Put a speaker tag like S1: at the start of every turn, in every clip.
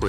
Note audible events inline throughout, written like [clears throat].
S1: 果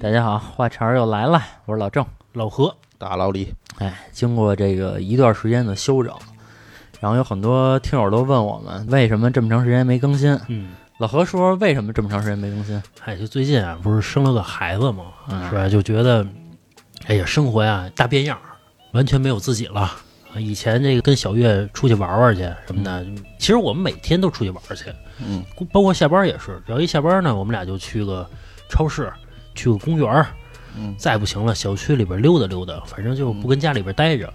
S2: 大家好，话茬儿又来了，我是老郑。
S3: 老何，
S4: 大老李，
S2: 哎，经过这个一段时间的休整，然后有很多听友都问我们为什么这么长时间没更新。
S3: 嗯，
S2: 老何说为什么这么长时间没更新？
S3: 哎，就最近啊，不是生了个孩子嘛，
S2: 嗯
S3: 是吧？就觉得，哎呀，生活呀大变样儿，完全没有自己了。啊以前这个跟小月出去玩玩去什么的，其实我们每天都出去玩去，
S4: 嗯，
S3: 包括下班也是。只要一下班呢，我们俩就去个超市，去个公园儿，
S4: 嗯
S3: 再不行了，小区里边溜达溜达，反正就不跟家里边待着。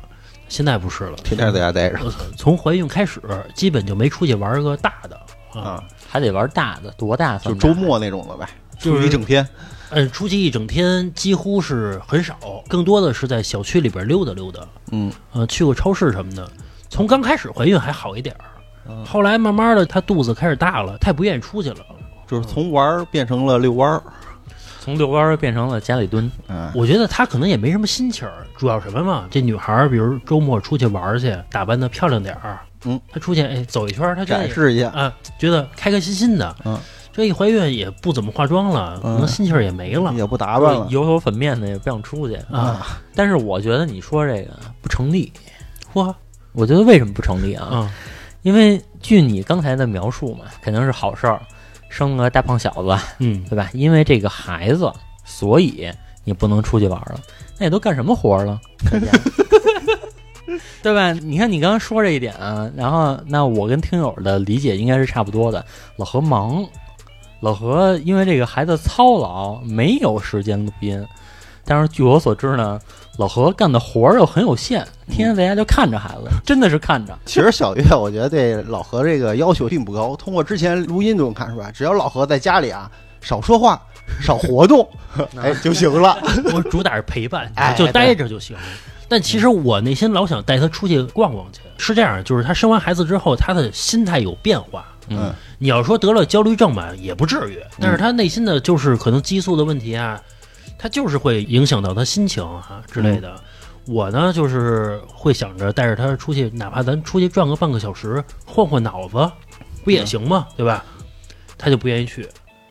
S3: 现在不是了，
S4: 天天在家待着
S3: 我操从怀孕开始，基本就没出去玩个大的啊。
S4: 啊，
S2: 还得玩大的，多大
S4: 就
S2: 算大
S4: 周？末那种了呗，
S3: 就是
S4: 出去一整天，
S3: 嗯，出去一整天几乎是很少，更多的是在小区里边溜达溜达，
S4: 嗯，
S3: 呃，去过超市什么的。从刚开始怀孕还好一点
S4: 嗯
S3: 儿，后来慢慢的她肚子开始大了，她也不愿意出去了。
S4: 就是从玩儿变成了遛弯儿，
S2: 从遛弯儿变成了家里蹲。
S4: 嗯，
S3: 我觉得她可能也没什么心情儿，主要什么嘛？这女孩儿，比如周末出去玩儿去，打扮的漂亮点儿，
S4: 嗯，
S3: 她出去哎走一圈儿，她觉得
S4: 展
S3: 也
S4: 示一下，
S3: 啊，觉得开开心心的。
S4: 嗯，
S3: 这一怀孕也不怎么化妆了，可能
S4: 嗯
S3: 心情儿也没了。
S4: 也不打扮了，
S2: 油头粉面的也不想出去。
S3: 啊，
S2: 但是我觉得你说这个不成立。
S3: 嚯
S2: 我觉得为什么不成立啊？
S3: 啊，
S2: 因为据你刚才的描述嘛，肯定是好事儿，生个大胖小子，
S3: 嗯，
S2: 对吧？因为这个孩子，所以你不能出去玩了。那你都干什么活儿了？在 [laughs] 家对吧？你看你刚刚说这一点啊，然后那我跟听友的理解应该是差不多的。老何忙，老何因为这个孩子操劳，没有时间录音。但是据我所知呢，老何干的活儿又很有限，天天在家就看着孩子，真的是看着。
S4: 其实小月，我觉得对老何这个要求并不高。通过之前录音就能看出来，只要老何在家里啊少说话、少
S3: [laughs]
S4: 活动，哎就行了。
S3: 我主打是陪伴，
S4: 哎
S3: 就待着就行。但其实我内心老想带他出去逛逛去。是这样，就是他生完孩子之后，他的心态有变化。
S4: 嗯，
S3: 你要说得了焦虑症吧，也不至于，但是他内心的就是可能激素的问题啊，他就是会影响到他心情啊之类的。
S4: 嗯
S3: 我呢，就是会想着带着他出去，哪怕咱出去转个半个小时，换换脑子，不也行吗？对吧？他就不愿意去。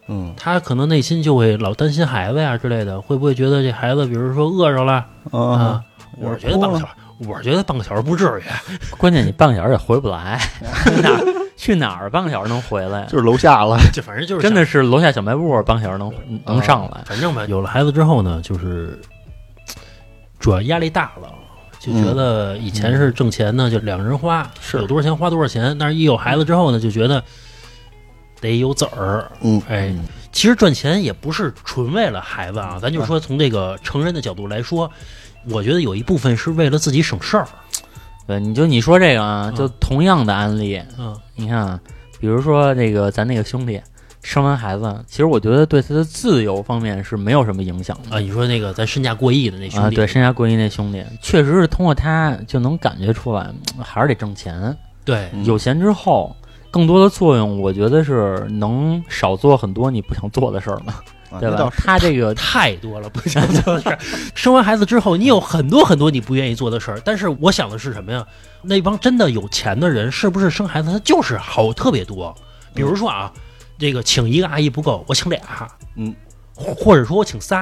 S4: 嗯
S3: 他可能内心就会老担心孩子呀之类的，会不会觉得这孩子，比如说饿着了
S4: 啊
S3: 啊，？我觉得半个小时，我觉得半个小时不至于。
S2: 关键你半个小时也回不来，哪儿 [laughs] 去哪儿半个小时能回来呀？
S4: 就是楼下了，
S3: 就反正就是
S2: [laughs] 真
S3: 想，嗯
S2: 的是楼下小卖部半个小时能能上来。
S3: 反正吧，有了孩子之后呢，就是主要压力大了。就觉得以前是挣钱呢，就两个人花，
S4: 是
S3: 有多少钱花多少钱。但是，一有孩子之后呢，就觉得得有子儿。
S4: 嗯，
S3: 哎，其实赚钱也不是纯为了孩子啊，咱就说从这个成人的角度来说，我觉得有一部分是为了自己省事儿。
S2: 对，你就你说这个啊，
S3: 嗯
S2: 就同样的案例，
S3: 嗯
S2: 你看，啊，比如说这个咱那个兄弟生完孩子，其实我觉得对他的自由方面是没有什么影响的。
S3: 啊，你说那个咱身价过亿的那兄弟，
S2: 啊，对，身家过亿那兄弟，确实是通过他就能感觉出来，嗯还是得挣钱。
S3: 对
S4: 嗯
S2: 有钱之后，更多的作用，我觉得是能少做很多你不想做的事儿嘛，
S4: 啊
S2: 对
S4: 那
S2: 吧
S4: 倒？是
S2: 他这
S3: [laughs]
S2: 个
S3: 太多了，不想做的事儿。生完孩子之后，你有很多很多你不愿意做的事儿。但是我想的是什么呀？那帮真的有钱的人，是不是生孩子他就是好特别多？比如说啊，这个请一个阿姨不够，我请俩，
S4: 嗯
S3: 或，或者说我请仨，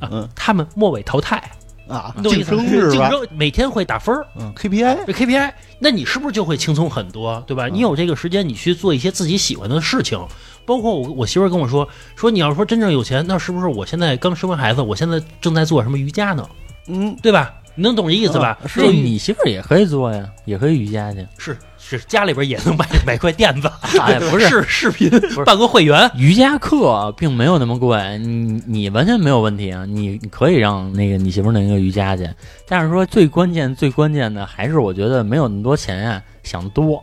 S3: 啊，
S4: 嗯
S3: 他们末尾淘汰，
S4: 啊，
S3: 你懂我
S4: 竞
S3: 意思吗
S4: 争是
S3: 竞
S4: 吧？
S3: 争每天会打分儿。
S4: 嗯，KPI，
S2: 哎
S3: 这 KPI，那你是不是就会轻松很多，对
S2: 嗯
S3: 吧？你有这个时间，你去做一些自己喜欢的事情，包括我，我媳妇儿跟我说，说你要说真正有钱，那是不是我现在刚生完孩子，我现在正在做什么瑜伽呢，
S4: 嗯，
S3: 对吧？你能懂这意思吧？
S4: 啊是
S2: 这嗯你媳妇儿也可以做呀，也可以瑜伽去。
S3: 是是，家里边也能买买块垫子，
S2: 哎，不是
S3: 是视频
S2: 是啊
S3: 办个会员，
S2: 瑜伽课并没有那么贵，你你完全没有问题啊，你你可以让那个你媳妇儿弄一个瑜伽去。但是说最关键最关键的还是我觉得没有那么多钱啊，想多。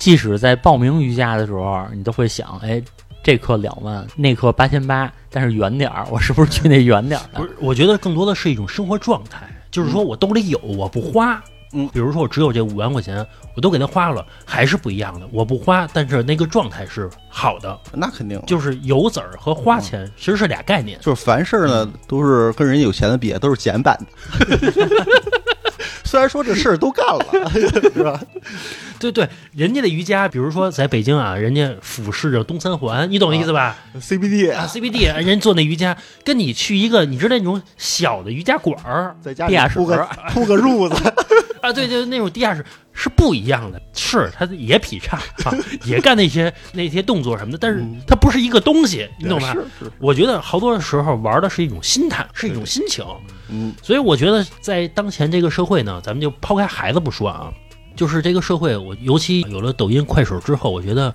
S2: 即使在报名瑜伽的时候，你都会想，哎，这课两万，那课八千八，但是远点儿，我是不是去那远点儿的
S3: 不？是，我觉得更多的是一种生活状态，就
S2: 嗯
S3: 是说我兜里有，我不花。
S4: 嗯
S3: 比如说我只有这五万块钱，我都给他花了，还是不一样的。我不花，但是那个状态是好的，
S4: 那肯定。
S3: 就是有子儿和花钱其实是俩概念。
S4: 就是凡事呢，都是跟人有钱的比，都是简版的。 [laughs] 虽然说这事儿都干了，是吧？
S3: 对对，人家的瑜伽，比如说在北京啊，人家俯视着东三环，你懂那意思吧？啊
S4: CBD
S3: ，CBD，人家做那瑜伽，跟你去一个你知道那种小的瑜伽馆儿
S4: 在家里铺
S2: 地
S4: 个铺个褥子，
S3: [laughs] 啊，对对，那种地下室是不一样的，是它也劈叉、啊，也干那些那些动作什么的，但是
S4: 嗯
S3: 它不是一个东西，你懂吧？
S4: 是是，
S3: 我觉得好多时候玩的是一种心态，是一种心情。
S4: 嗯，
S3: 所以我觉得在当前这个社会呢，咱们就抛开孩子不说啊，就是这个社会，我尤其有了抖音、快手之后，我觉得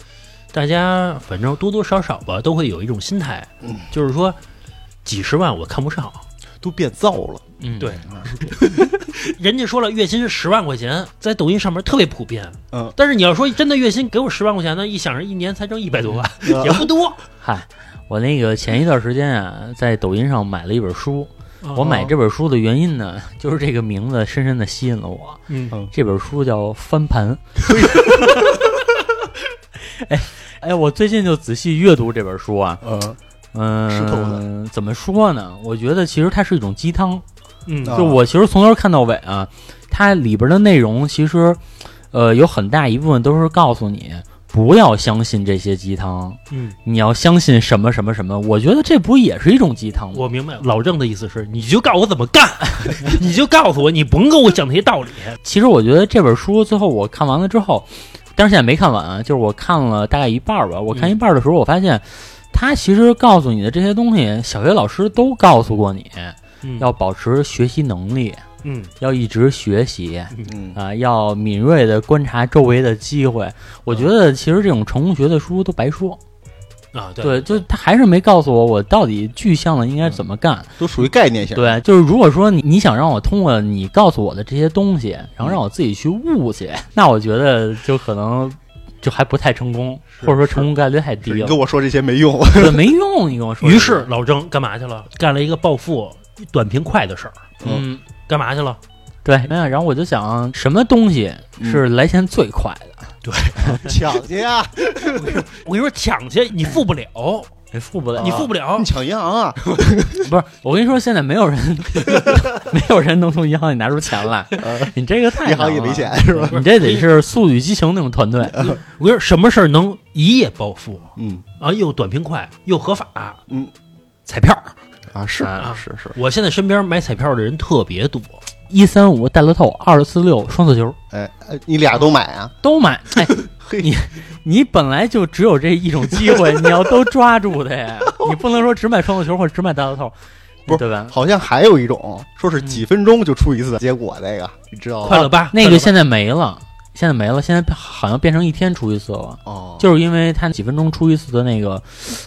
S3: 大家反正多多少少吧，都会有一种心态，
S4: 嗯
S3: 就是说几十万我看不上。
S4: [laughs] 都变造了。
S2: 嗯，
S3: 对， [laughs] 人家说了，月薪十万块钱，在抖音上面特别普遍。
S4: 嗯，
S3: 但是你要说真的月薪给我十万块钱呢，一想着一年才挣一百多万，[laughs]
S4: 嗯
S3: 也不多。
S2: 嗨，我那个前一段时间啊，在抖音上买了一本书。 [laughs] 我买这本书的原因呢，就是这个名字深深的吸引了我。
S3: 嗯
S2: 这本书叫《翻盘》。
S4: [laughs]
S2: 哎哎，我最近就仔细阅读这本书啊，
S4: 嗯，
S2: 嗯、
S4: 是头的
S2: 怎么说呢？我觉得其实它是一种鸡汤，
S3: 嗯
S4: 啊
S2: 就我其实从头看到尾啊，它里边的内容其实，呃，有很大一部分都是告诉你不要相信这些鸡汤，
S3: 嗯，
S2: 你要相信什么什么什么。我觉得这不也是一种鸡汤吗？
S3: 我明白了老郑的意思是，你就告诉我怎么干，你就告诉我，你甭跟我讲那些道理。
S2: 其实我觉得这本书最后我看完了之后，但是现在没看完啊，就是我看了大概一半儿吧。我看一半儿的时候，我发现他其实告诉你的这些东西，小学老师都告诉过你，
S3: 嗯
S2: 要保持学习能力，
S3: 嗯
S2: 要一直学习
S4: 嗯，
S2: 啊、要敏锐的观察周围的机会。我觉得其实这种成功学的书都白说，
S3: 啊，
S2: 对，嗯就他还是没告诉我我到底具象的应该怎么干。
S4: 都属于概念性。
S2: 对，就是如果说你你想让我通过你告诉我的这些东西，然后让我自己去悟去，那我觉得就可能就还不太成功，或者说成功概率太低
S4: 是你
S2: 了
S4: 跟，我说这些没用。
S2: 对，没用。你跟我说，
S3: 于是，老郑干嘛去了？干了一个暴富、短平快的事儿，
S2: 嗯，
S3: 干嘛去了？
S2: 对，没有。然后我就想，什么东西是
S4: 嗯
S2: 来钱最快的？
S4: [laughs] 抢啊去 [laughs] 呀，
S3: 我跟你说，抢去你富不了，
S2: 你付哎不了，
S3: 你付不了
S4: 你。抢银行啊！
S2: 不是？我跟你说，现在没有
S4: [laughs]
S2: 人，没有人能从银行里拿出钱来。你这个太
S4: 呃银行
S2: 难
S4: 也没
S2: 了
S4: 钱是吧？
S2: 你这得是《速度与激情》那种团
S4: [laughs]
S2: 队，
S3: 我跟你说，什么事儿能一夜暴富
S4: 嗯
S3: 啊？又短平快，又合法。
S4: 嗯，
S3: 彩票，
S4: 啊是
S3: 啊
S4: 是是，
S3: 我现在身边买彩票的人特别多。
S2: 一三五带乐透，二四六双色球，
S4: 哎，哎你俩都买啊？
S2: 都
S4: [laughs]
S2: 买。哎，
S4: 嘿
S2: 你你本来就只有这一种机
S4: [laughs]
S2: 会，你要都抓住它呀！你不能说只买双色球或者只买大乐透，
S4: 不是
S2: 对吧？
S4: 好像还有一种，说是几分钟就出一次结果那个，嗯你知道
S3: 快
S4: 吗？
S3: 乐吧，
S2: 那个
S3: 现
S2: 现在没了，现在没了，现在好像变成一天出一次了。
S4: 哦，
S2: 就是因为它几分钟出一次的那个，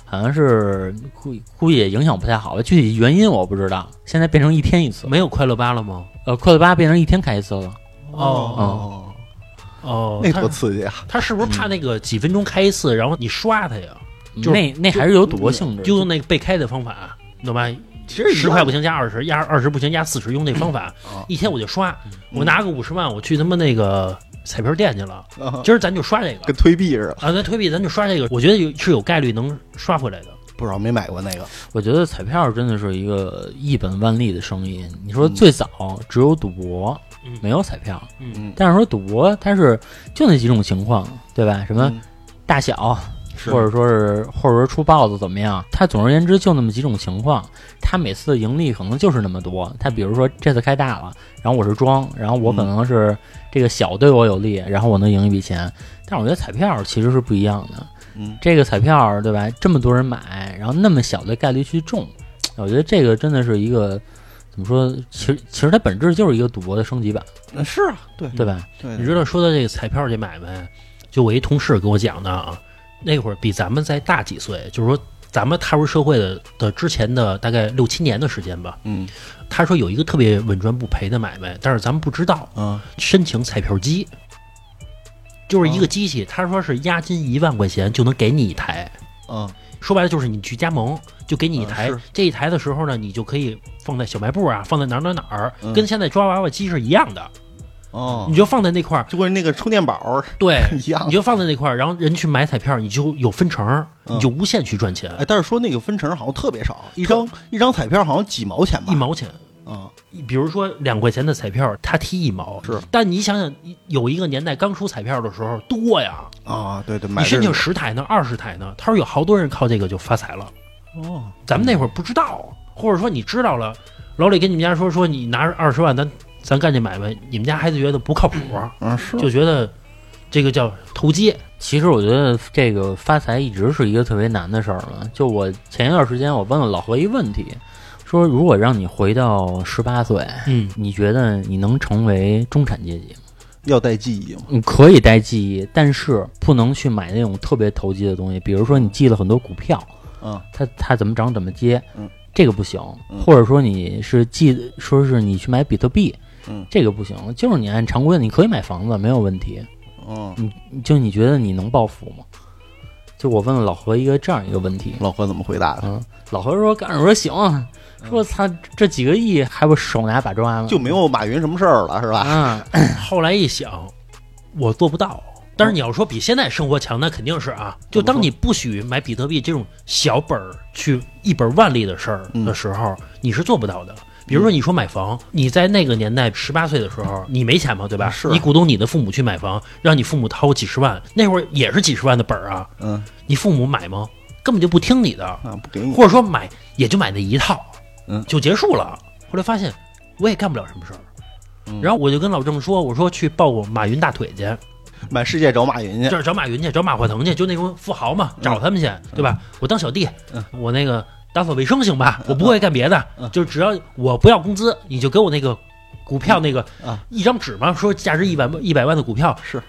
S2: 好像是估估计也影响不太好吧，具体原因我不知道。现在变成一天一次，
S3: 没有快乐吧了吗？
S2: 呃，快乐吧变成一天开一次了。
S3: 哦
S4: 哦，
S3: 哦，
S4: 那
S3: 他
S4: 多刺激啊！
S3: 他是不是怕那个几分钟开一次，然后你刷他呀？就是
S2: 那那还是有赌博性质，
S3: 就用那个被开的方法，你懂
S4: 哎
S3: 吧？
S4: 其实
S3: 十块不
S4: 行，
S3: 行加二十，压二十不行加四十，用那方法
S4: 嗯啊，
S3: 一天我就刷，我拿个五十万，我去他妈那个彩票店去了，
S4: 啊
S3: 今儿咱就刷这个
S4: 跟推币似的，
S3: 啊，咱推币咱就刷这个，我觉得有是有概率能刷回来的。
S4: 不知道没买过那个。
S2: 我觉得彩票真的是一个一本万利的生意。你说
S4: 嗯
S2: 最早只有赌博，
S3: 嗯
S2: 没有彩票，
S4: 嗯
S2: 但是说赌博它是就那几种情况，对吧？什么
S4: 嗯
S2: 大小，
S4: 是
S2: 或者说是或者说出豹子怎么样？它总而言之就那么几种情况，它每次的盈利可能就是那么多。它比如说这次开大了，然后我是庄，然后我
S4: 嗯
S2: 可能是这个小对我有利，然后我能赢一笔钱。但我觉得彩票其实是不一样的，
S4: 嗯，
S2: 这个彩票对吧？这么多人买，然后那么小的概率去中，我觉得这个真的是一个怎么说？其实其实它本质就是一个赌博的升级版，
S4: 那是啊，对
S2: 对吧？
S4: 对
S3: 你知道说到这个彩票这买卖，就我一同事跟我讲的啊，那会儿比咱们再大几岁，就是说咱们踏入社会的的之前的大概六七年的时间吧。
S4: 嗯
S3: 他说有一个特别稳赚不赔的买卖，但是咱们不知道，
S4: 啊
S3: 申请彩票机，就是一个机器，他说是押金一万块钱就能给你一台，
S4: 啊，
S3: 说白了就是你去加盟，就给你一
S4: 嗯
S3: 台、
S4: 是
S3: 这一台的时候呢，你就可以放在小卖部啊，放在哪儿哪儿哪儿，
S4: 嗯
S3: 跟现在抓娃娃机是一样的，
S4: 哦
S3: 你，就放在那块儿，
S4: 就跟那个充电宝儿
S3: 对，
S4: [laughs] 一样
S3: 你。就放在那块儿，然后人去买彩票，你就有分成，
S4: 嗯
S3: 你就无限去赚钱，
S4: 哎，但是说那个分成好像特别少，一张一张彩票好像几毛钱吧？
S3: 一毛钱。
S4: 啊，
S3: 比如说两块钱的彩票，他踢一毛
S4: 是
S3: 但你想想，有一个年代刚出彩票的时候多呀，
S4: 啊，对对，买
S3: 你申
S4: 这
S3: 请
S4: 个
S3: 十台呢，二十台呢，他说有好多人靠这个就发财了。
S4: 哦，
S3: 咱们那会儿不知道，或者说你知道了，老李跟你们家说说你拿着二十万，咱咱干这买卖，你们家孩子觉得不靠谱，啊
S4: 嗯是，
S3: 就觉得这个叫投机。
S2: 其实我觉得这个发财一直是一个特别难的事儿了。就我前一段时间我问了老何一问题，说如果让你回到十八岁，
S3: 嗯，
S2: 你觉得你能成为中产阶级吗？
S4: 要带记忆嘛。
S2: 你可以带记忆，但是不能去买那种特别投机的东西，比如说你记了很多股票，
S4: 嗯，
S2: 它它怎么涨怎么跌，
S4: 嗯，
S2: 这个不行
S4: 嗯，
S2: 或者说你是记说是你去买比特币，
S4: 嗯，
S2: 这个不行，就是你按常规，你可以买房子没有问题，
S4: 嗯，
S2: 就你觉得你能暴富吗？就我问了老何一个这样一个问题，
S4: 老何怎么回答的？
S2: 嗯，老何说干，我说行，啊说操这几个亿还不手拿把抓吗？
S4: 就没有马云什么事儿了，是吧？
S2: 啊，
S3: 后来一想，我做不到。但是你要说比现在生活强，那肯定是啊。就当你不许买比特币这种小本儿去一本万利的事儿的时候，你是做不到的。比如说，你说买房，你在那个年代十八岁的时候，你没钱嘛，对吧？
S4: 是
S3: 你鼓动你的父母去买房，让你父母掏几十万，那会儿也是几十万的本儿啊。
S4: 嗯，
S3: 你父母买吗？根本就不听你的，
S4: 啊，不给你
S3: 或者说买也就买那一套，
S4: 嗯
S3: 就结束了。后来发现我也干不了什么事儿，
S4: 嗯哎
S3: 然后我就跟老郑说，我说去抱马云大腿去，
S4: 满世界找马云去。
S3: 找找马云去，找马化腾去，就那种富豪嘛，找他们去，对吧？我当小弟，
S4: 嗯
S3: 我那个打扫卫生行吧，我不会干别的，
S4: 嗯
S3: 就只要我不要工资，你就给我那个股票那个、
S4: 啊
S3: 一张纸嘛，说价值一百一百万的股票
S4: 是。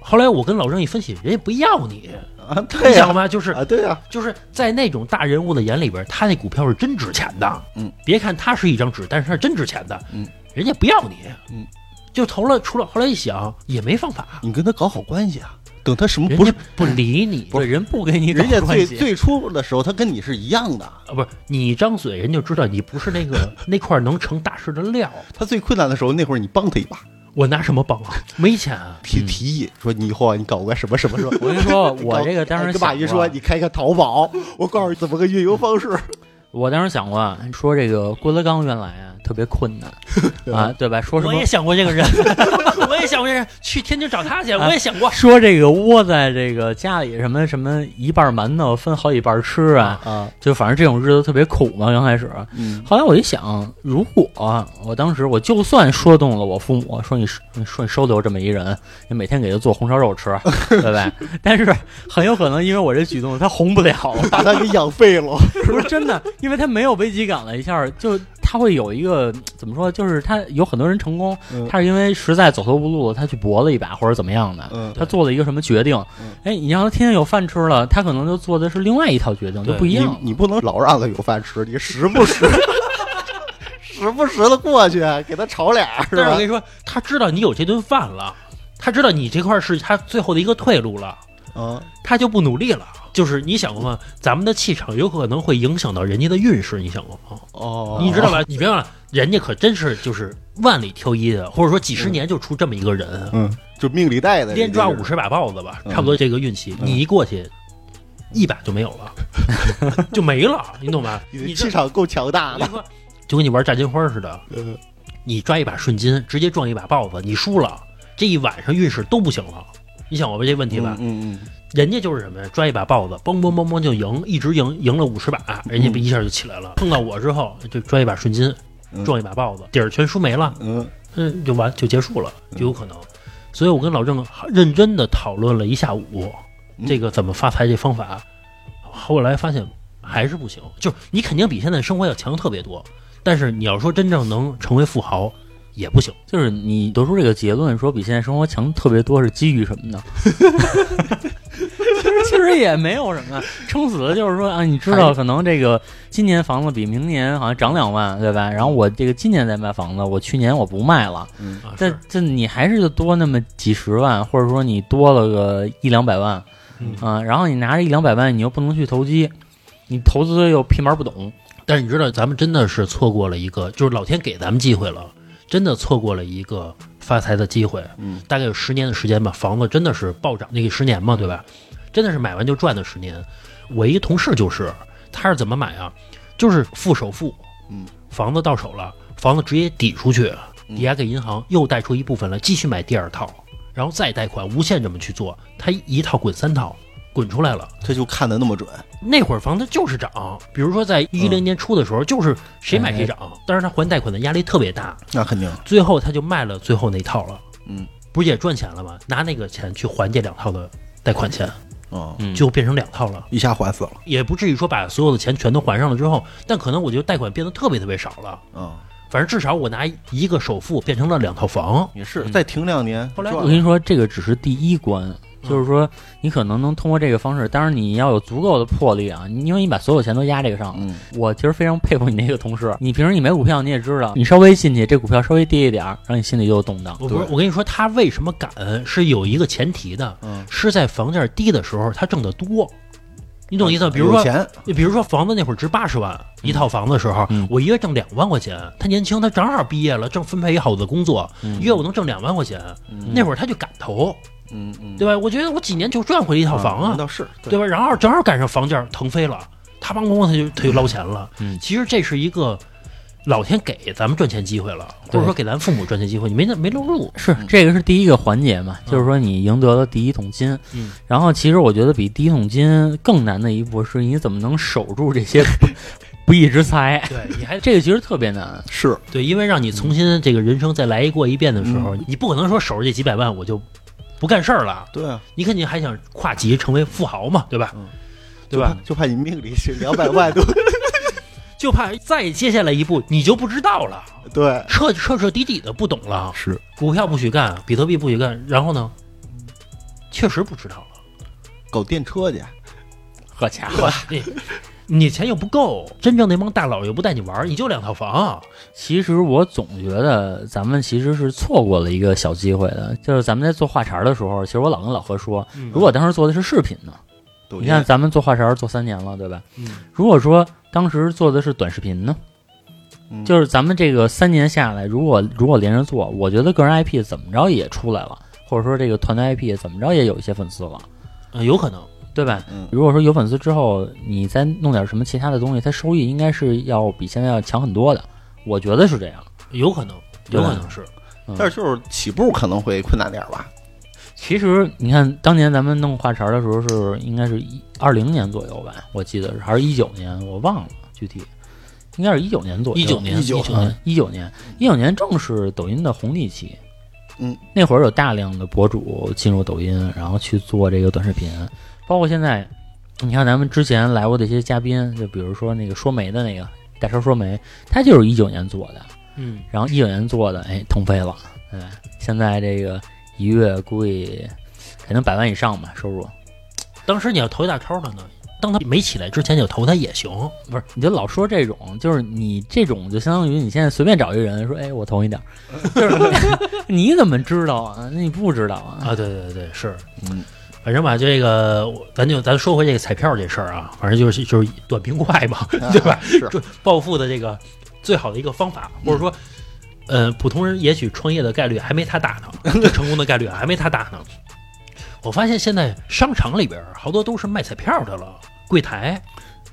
S3: 后来我跟老郑一分析，人家不要你，
S4: 啊，
S3: 你
S4: 对
S3: 知道
S4: 呀，
S3: 吗？就是
S4: 啊，对呀，
S3: 就是在那种大人物的眼里边，他那股票是真值钱的。
S4: 嗯，
S3: 别看它是一张纸，但是它是真值钱的。
S4: 嗯，
S3: 人家不要你。
S4: 嗯，
S3: 就投了，除了后来一想也没方法，
S4: 你跟他搞好关系啊。等他什么
S3: 人
S4: 不
S3: 家
S4: 是，
S3: 不理你，
S2: 对，人不给你找
S4: 人家
S2: 关
S4: 最
S2: 系
S4: 最初的时候，他跟你是一样的。
S3: 啊，不是你一张嘴，人就知道你不是那个 [laughs] 那块能成大事的料。
S4: 他最困难的时候，那会儿你帮他一把，
S3: 我拿什么帮啊？没钱啊。
S4: 提提议说你以后啊，你搞个什么什么什么。
S2: 我跟你说，
S4: 搞
S2: 我这个当时
S4: 哎跟马
S2: 想
S4: 云
S2: 过
S4: 说，你开个淘宝，我告诉你怎么个运营方式。
S2: [laughs] 我当时想过，说这个郭德纲原来啊特别困 [laughs] 难啊，对吧？说什
S3: 我
S2: 么
S3: 也想过这个人， [laughs] 我也想过这人，去天津找他去，我也想过。
S2: 说这个窝在这个家里什么什么一半馒头分好几半吃啊，
S4: 啊，
S2: 就反正这种日子特别苦嘛，刚开始。
S4: 嗯
S2: 后来我一想，如果啊我当时我就算说动了我父母，说你你说你收留这么一人，你每天给他做红烧肉
S4: [laughs]
S2: 吃，对不对？但是很有可能因为我这举动，他红不了了。
S4: [laughs]
S2: [laughs]
S4: 把他给养废了。
S2: 不是真的，因为他没有危机感了，一下儿就他会有一个怎么说，就是他有很多人成功，
S4: 嗯
S2: 他是因为实在走投无路，他去搏了一把或者怎么样的，
S4: 嗯
S2: 他做了一个什么决定
S4: 嗯，
S2: 哎，你让他天天有饭吃了，他可能就做的是另外一套决定，就
S3: 对
S2: 不一
S4: 你
S2: 样了。
S4: 你不能老让他有饭吃，你时不 [laughs] 时时不时的过去给他炒俩，是
S3: 但是我
S4: 吧
S3: 跟？你说，他知道你有这顿饭了，他知道你这块是他最后的一个退路了，
S4: 嗯，
S3: 他就不努力了。就是你想过吗？咱们的气场有可能会影响到人家的运势，你想过吗？
S4: 哦
S3: 你知道吧？你别忘了，人家可真是就是万里挑一的，或者说几十年就出这么一个人。
S4: 嗯，就命里带的，
S3: 连抓五
S4: 十，
S3: 十把豹子吧，
S4: 嗯
S3: 差不多这个运气。
S4: 嗯
S3: 你一过去，一把就没有了，
S4: [laughs]
S3: 就没了，你懂吧？
S4: 你的
S3: 你这
S4: 气场够强大
S3: 我
S4: 的
S3: 跟你。说，就跟你玩炸金花似的，
S4: 嗯
S3: 你抓一把顺金，直接撞一把豹子，你输了，这一晚上运势都不行了。你想我问这问题吧，
S4: 嗯嗯，
S3: 人家就是什么呀？抓一把豹子，嘣嘣嘣嘣就赢，一直赢，赢了五十把，人家
S4: 嗯
S3: 一下就起来了。碰到我之后，就抓一把顺金，
S4: 嗯
S3: 撞一把豹子，底儿全输没了。
S4: 嗯
S3: 嗯，就完就结束了，就有可能。所以我跟老郑认真的讨论了一下午，
S4: 嗯
S3: 这个怎么发财这方法，后来发现还是不行。就是你肯定比现在生活要强特别多，但是你要说真正能成为富豪，也不行。
S2: 就是你得出这个结论，说比现在生活强特别多，是基于什么
S3: [laughs]
S2: 呢？其实其实也没有什么，撑死了就是说啊，你知道，可能这个今年房子比明年好像涨两万，对吧？然后我这个今年再卖房子，我去年我不卖了，
S3: 啊，
S2: 这
S3: 是
S2: 这你还是就多那么几十万，或者说你多了个一两百万，
S3: 嗯
S2: 啊然后你拿着一两百万，你又不能去投机，你投资又屁毛不懂，
S3: 但是你知道，咱们真的是错过了一个，就是老天给咱们机会了，真的错过了一个发财的机会。
S4: 嗯，
S3: 大概有十年的时间吧，房子真的是暴涨，那个十年嘛，对吧？真的是买完就赚的十年。我一同事就是，他是怎么买啊？就是付首付，
S4: 嗯，
S3: 房子到手了，房子直接抵出去，
S4: 嗯
S3: 抵押给银行，又贷出一部分来，继续买第二套，然后再贷款，无限这么去做，他一套滚三套，滚出来了。
S4: 他就看的那么准，
S3: 那会儿房子就是涨，比如说在一零年初的时候，就是谁买谁
S4: 哎
S3: 涨，但是他还贷款的压力特别大，
S4: 那肯定。
S3: 最后他就卖了最后那套了，
S4: 嗯，
S3: 不是也赚钱了吗？拿那个钱去还这两套的贷款钱，
S4: 哦，
S2: 嗯
S3: 就变成两套了，
S4: 一下还死了。
S3: 也不至于说把所有的钱全都还上了之后，但可能我就贷款变得特别特别少了，
S4: 嗯，
S3: 反正至少我拿一个首付变成了两套房，
S4: 也是
S2: 嗯
S4: 再停两年。
S3: 后来
S4: 赚
S2: 我
S4: 了
S2: 跟你说，这个只是第一关，就是说你可能能通过这个方式，当然你要有足够的魄力啊，因为你把所有钱都压这个上了。
S4: 嗯，
S2: 我其实非常佩服你那个同事，你平时你买股票你也知道，你稍微进去这股票稍微跌一点儿，然后你心里就有动荡。
S3: 我不是
S4: 对
S3: 我跟你说，他为什么敢是有一个前提的，
S4: 嗯
S3: 是在房价低的时候他挣得多，你懂我意思吗？比如说
S4: 嗯有。钱，
S3: 你比如说房子那会儿值八十万一套房子的时候，
S2: 嗯
S3: 我一月挣两万块钱。他年轻，他正好毕业了，正分配一好的工作，一月我能挣两万块钱。那会儿他就敢投，
S4: 嗯嗯，
S3: 对吧？我觉得我几年就赚回一套房啊，
S4: 那倒是，
S3: 对吧？然后正好赶上房价腾飞了，他帮工他就他就捞钱了。
S2: 嗯
S3: 其实这是一个老天给咱们赚钱机会了，或者说给咱父母赚钱机会，你没那没搂
S4: [laughs]
S3: 住。
S2: 是，这个是第一个环节嘛，就是说你赢得了第一桶金。
S3: 嗯，
S2: 然后其实我觉得比第一桶金更难的一步是，你怎么能守住这些 [laughs] 不不义之财？
S3: 对，你还
S2: 哎这个其实特别难。
S4: 是
S3: 对，因为让你重新这个人生再来一过一遍的时
S4: 嗯
S3: 候，你不可能说守着这几百万我就不干事儿了。
S4: 对啊，
S3: 你肯定还想跨级成为富豪嘛，对吧？
S4: 嗯
S3: 对吧？
S4: 就怕你命里是两百万都 [laughs]
S3: 就怕再接下来一步你就不知道了，
S4: 对，
S3: 彻彻彻底底的不懂了。
S4: 是
S3: 股票不许干，比特币不许干，然后呢，确实不知道了。
S4: 搞电车去，
S2: 好家伙，
S3: 哇你哎你钱又不够，真正那帮大佬又不带你玩儿，你就两套房，
S2: 其实我总觉得咱们其实是错过了一个小机会的，就是咱们在做话茬儿的时候，其实我老跟老何说，如果当时做的是视频呢，
S4: 抖
S2: 你
S4: 音
S2: 看咱们做话茬儿做三年了，对吧？
S3: 嗯
S2: 如果说当时做的是短视频呢，
S4: 嗯
S2: 就是咱们这个三年下来，如果如果连着做，我觉得个人 IP 怎么着也出来了，或者说这个团队 IP 怎么着也有一些粉丝了，
S3: 呃有可能。
S2: 对吧？
S4: 嗯
S2: 如果说有粉丝之后，你再弄点什么其他的东西，它收益应该是要比现在要强很多的，我觉得是这样。
S3: 有可能，
S2: 对
S3: 有
S2: 吧
S3: 可能是，
S4: 但是就是起步可能会困难点儿吧。
S2: 其实你看，当年咱们弄话茬儿的时候是应该是一二零年左右吧，我记得是还是一九年，我忘了具体，应该是一九年左右。
S3: 19
S2: 一
S3: 年19年，
S2: 九嗯年，一九年正是抖音的红利期。
S4: 嗯，
S2: 那会儿有大量的博主进入抖音，然后去做这个短视频，包括现在，你看咱们之前来过的一些嘉宾，就比如说那个说媒的那个大超说媒，他就是一九年做的，
S3: 嗯，
S2: 然后一九年做的，哎，腾飞了，对吧，现在这个一月估计肯定百万以上吧收入。
S3: 当时你要投一大超了呢，当他没起来之前你就投他也行，
S2: 不是，你就老说这种，就是你这种就相当于你现在随便找一人说，哎，我投你点儿，
S3: [laughs]
S2: 就是你你怎么知道啊？那你不知道啊？
S3: 啊，对对对，是，
S4: 嗯，
S3: 反正吧，这个我咱就咱说回这个彩票这事儿啊，反正就是就是短平快嘛，
S4: 啊
S3: 对吧？
S4: 是
S3: 就暴富的这个最好的一个方法，或者说，呃，普通人也许创业的概率还没他大呢，就成功的概率还没他大呢。我发现现在商场里边儿好多都是卖彩票的了，柜台、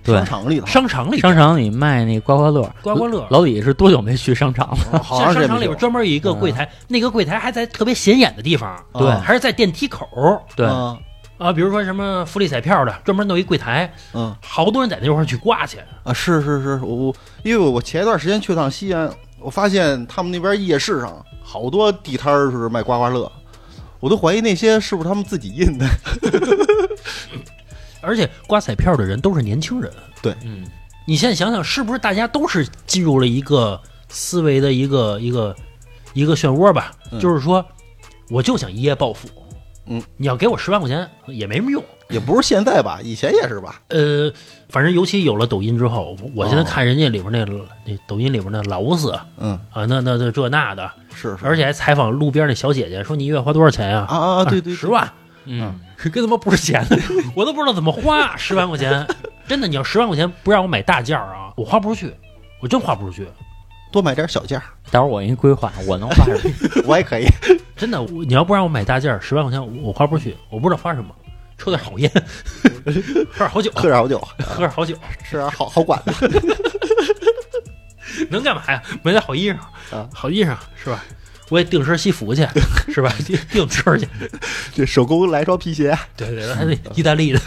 S2: 对
S4: 啊商，场里头，
S3: 商场里
S2: 啊
S3: 边
S2: 商场里卖那刮刮乐，
S3: 刮刮乐
S2: 老李是多久没去商场了？
S4: 哦好
S3: 像
S4: 长
S3: 商
S4: 时间
S3: 场
S4: 没
S3: 里
S4: 去
S3: 边专门有一个柜台，那个柜台还在特别显眼的地方，
S4: 对
S3: 还是在电梯口儿
S2: 对，
S4: 嗯
S3: 啊，比如说什么福利彩票的，专门弄一柜台，
S4: 嗯
S3: 好多人在那块儿去刮去。
S4: 啊，是是是，我我因为我前一段时间去趟西安，我发现他们那边夜市上好多地摊儿是卖刮刮乐，我都怀疑那些是不是他们自己印的。
S3: 而且刮彩票的人都是年轻人。
S2: 嗯，
S3: 你现在想想，是不是大家都是进入了一个思维的一个一个一个漩涡吧？
S4: 嗯
S3: 就是说，我就想一夜暴富。
S4: 嗯，
S3: 你要给我十万块钱也没什么用。
S4: 也不是现在吧，以前也是吧。
S3: 呃，反正尤其有了抖音之后，我我现在
S4: 哦
S3: 看人家里边那、那抖音里边那劳斯啊，
S4: 嗯，
S3: 那那那这那的，
S4: 是是。
S3: 而且还采访路边那小姐姐，说你一月花多少钱呀、
S4: 啊啊，啊对对，
S3: 十万，
S2: 嗯，
S3: [laughs] 跟他妈不是钱，我都不知道怎么花十万块钱。真的，你要十万块钱不让我买大件儿啊，我花不出去，我真花不出去。
S4: 多买点小件儿，
S2: 待会儿我给你规划，我能画
S3: [laughs]
S2: 什么？
S4: 我也可以。
S3: 真的，我你要不让我买大件儿，十万块钱我我花不出去，我不知道花什么，抽点好烟， [laughs] 喝点好酒，
S4: 喝点好酒，
S3: 喝点好酒，
S4: 吃点好好管的。
S3: 能干嘛呀？买点好衣裳
S4: 啊，
S3: 好衣裳是吧？我也订身西服去，是吧？订订车去，
S4: 这手工来双皮鞋，
S3: 对对，还得意大利的，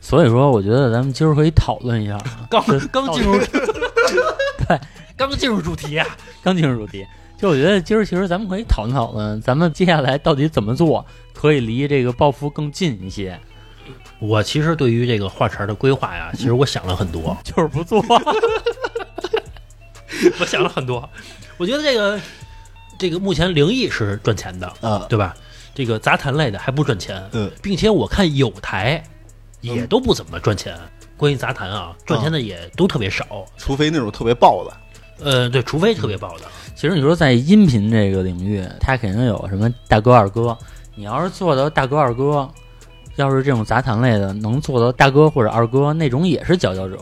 S2: 所以说，我觉得咱们今儿可以讨论一下，
S3: 刚刚进入，对， [laughs] 刚进入主题啊，
S2: 刚进入主题。就我觉得今儿其实咱们可以讨论讨论，咱们接下来到底怎么做可以离这个暴富更近一些？
S3: 我其实对于这个画茬的规划呀，其实我想了很多，
S2: 就是不做，
S3: [laughs] 我想了很多。我觉得这个这个目前灵异是赚钱的，
S4: 啊，
S3: 对吧？这个杂谈类的还不赚钱，
S4: 嗯，
S3: 并且我看有台也都不怎么赚钱。关于杂谈嗯啊，赚钱的也都特别少。
S4: 除非那种特别爆的，
S3: 呃，对，除非特别爆的，
S2: 其实你说在音频这个领域，它肯定有什么大哥二哥。你要是做到大哥二哥，要是这种杂谈类的能做到大哥或者二哥那种，也是佼佼者，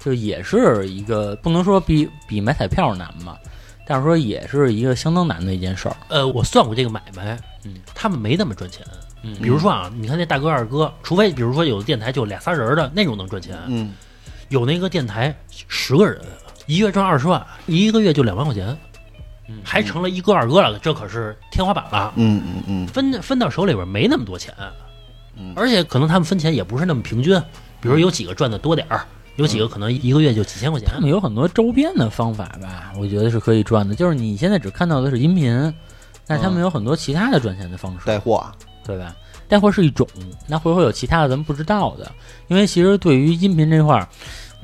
S2: 就也是一个不能说比比买彩票难吧，但是说也是一个相当难的一件事儿。
S3: 呃，我算过这个买卖，
S2: 嗯，
S3: 他们没那么赚钱。
S2: 嗯
S3: 比如说啊，你看那大哥二哥，除非比如说有的电台就俩仨人儿的那种能赚钱，
S4: 嗯，
S3: 有那个电台十个人，一月赚二十万，一个月就两万块钱
S2: 嗯，
S3: 还成了一哥二哥了，这可是天花板了。
S4: 嗯嗯嗯
S3: 分分到手里边没那么多钱
S4: 嗯，
S3: 而且可能他们分钱也不是那么平均，比如有几个赚的多点儿，有几个可能一个月就几千块钱
S2: 他。们有很多周边的方法吧，我觉得是可以赚的。就是你现在只看到的是音频，但他们有很多其他的赚钱的方式，
S4: 带货啊，
S2: 对吧？带货是一种，那会不会有其他的咱们不知道的？因为其实对于音频这块儿，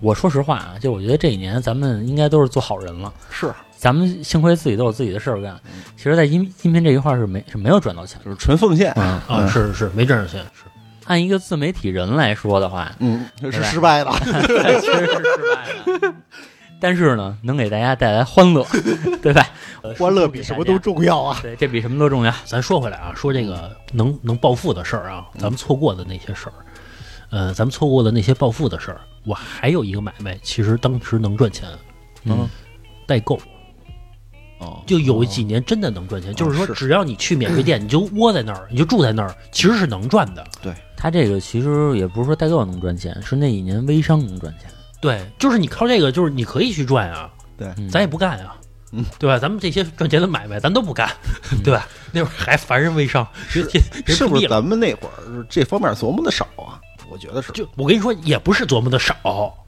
S2: 我说实话啊，就我觉得这一年咱们应该都是做好人了，
S4: 是，
S2: 咱们幸亏自己都有自己的事儿干。
S4: 嗯
S2: 其实，在音音频这一块儿是没是没有赚到钱的。
S4: 就是纯奉献，
S3: 啊，是是是，没挣着钱，是
S2: 按一个自媒体人来说的
S4: [laughs]
S2: 话，
S4: 嗯，这
S2: 对
S4: 是
S2: 吧
S4: 失败的，
S2: 对，其实是失败的。但是呢，能给大家带来欢乐，对吧？
S4: [laughs]
S2: 呃
S4: 欢乐比什么都重要啊。
S2: 对，这比什么都重要。
S3: 咱说回来啊，说这个能能暴富的事儿啊，咱们错过的那些事儿，呃，咱们错过的那些暴富的事儿，我还有一个买卖，其实当时能赚钱，
S2: 嗯，
S3: 代购。
S4: 哦
S3: 就有几年真的能赚钱，就是说
S4: 是
S3: 只要你去免税店，
S4: [clears throat]
S3: 你就窝在那儿，你就住在那儿，其实是能赚的。
S2: 他这个其实也不是说代购能赚钱，是那一年微商能赚钱。
S3: 对，就是你靠这个，就是你可以去赚啊，
S2: 嗯
S3: 咱也不干啊，
S4: 嗯
S3: 对吧？咱们这些赚钱的买卖，咱都不干，对吧？ [laughs] 那会儿还凡人微商，别别别
S4: 是
S3: 碰
S4: 不
S3: 壁
S4: 是
S3: 了。
S4: 咱们那会儿这方面琢磨的少啊？我觉得是，
S3: 就我跟你说，也不是琢磨的少，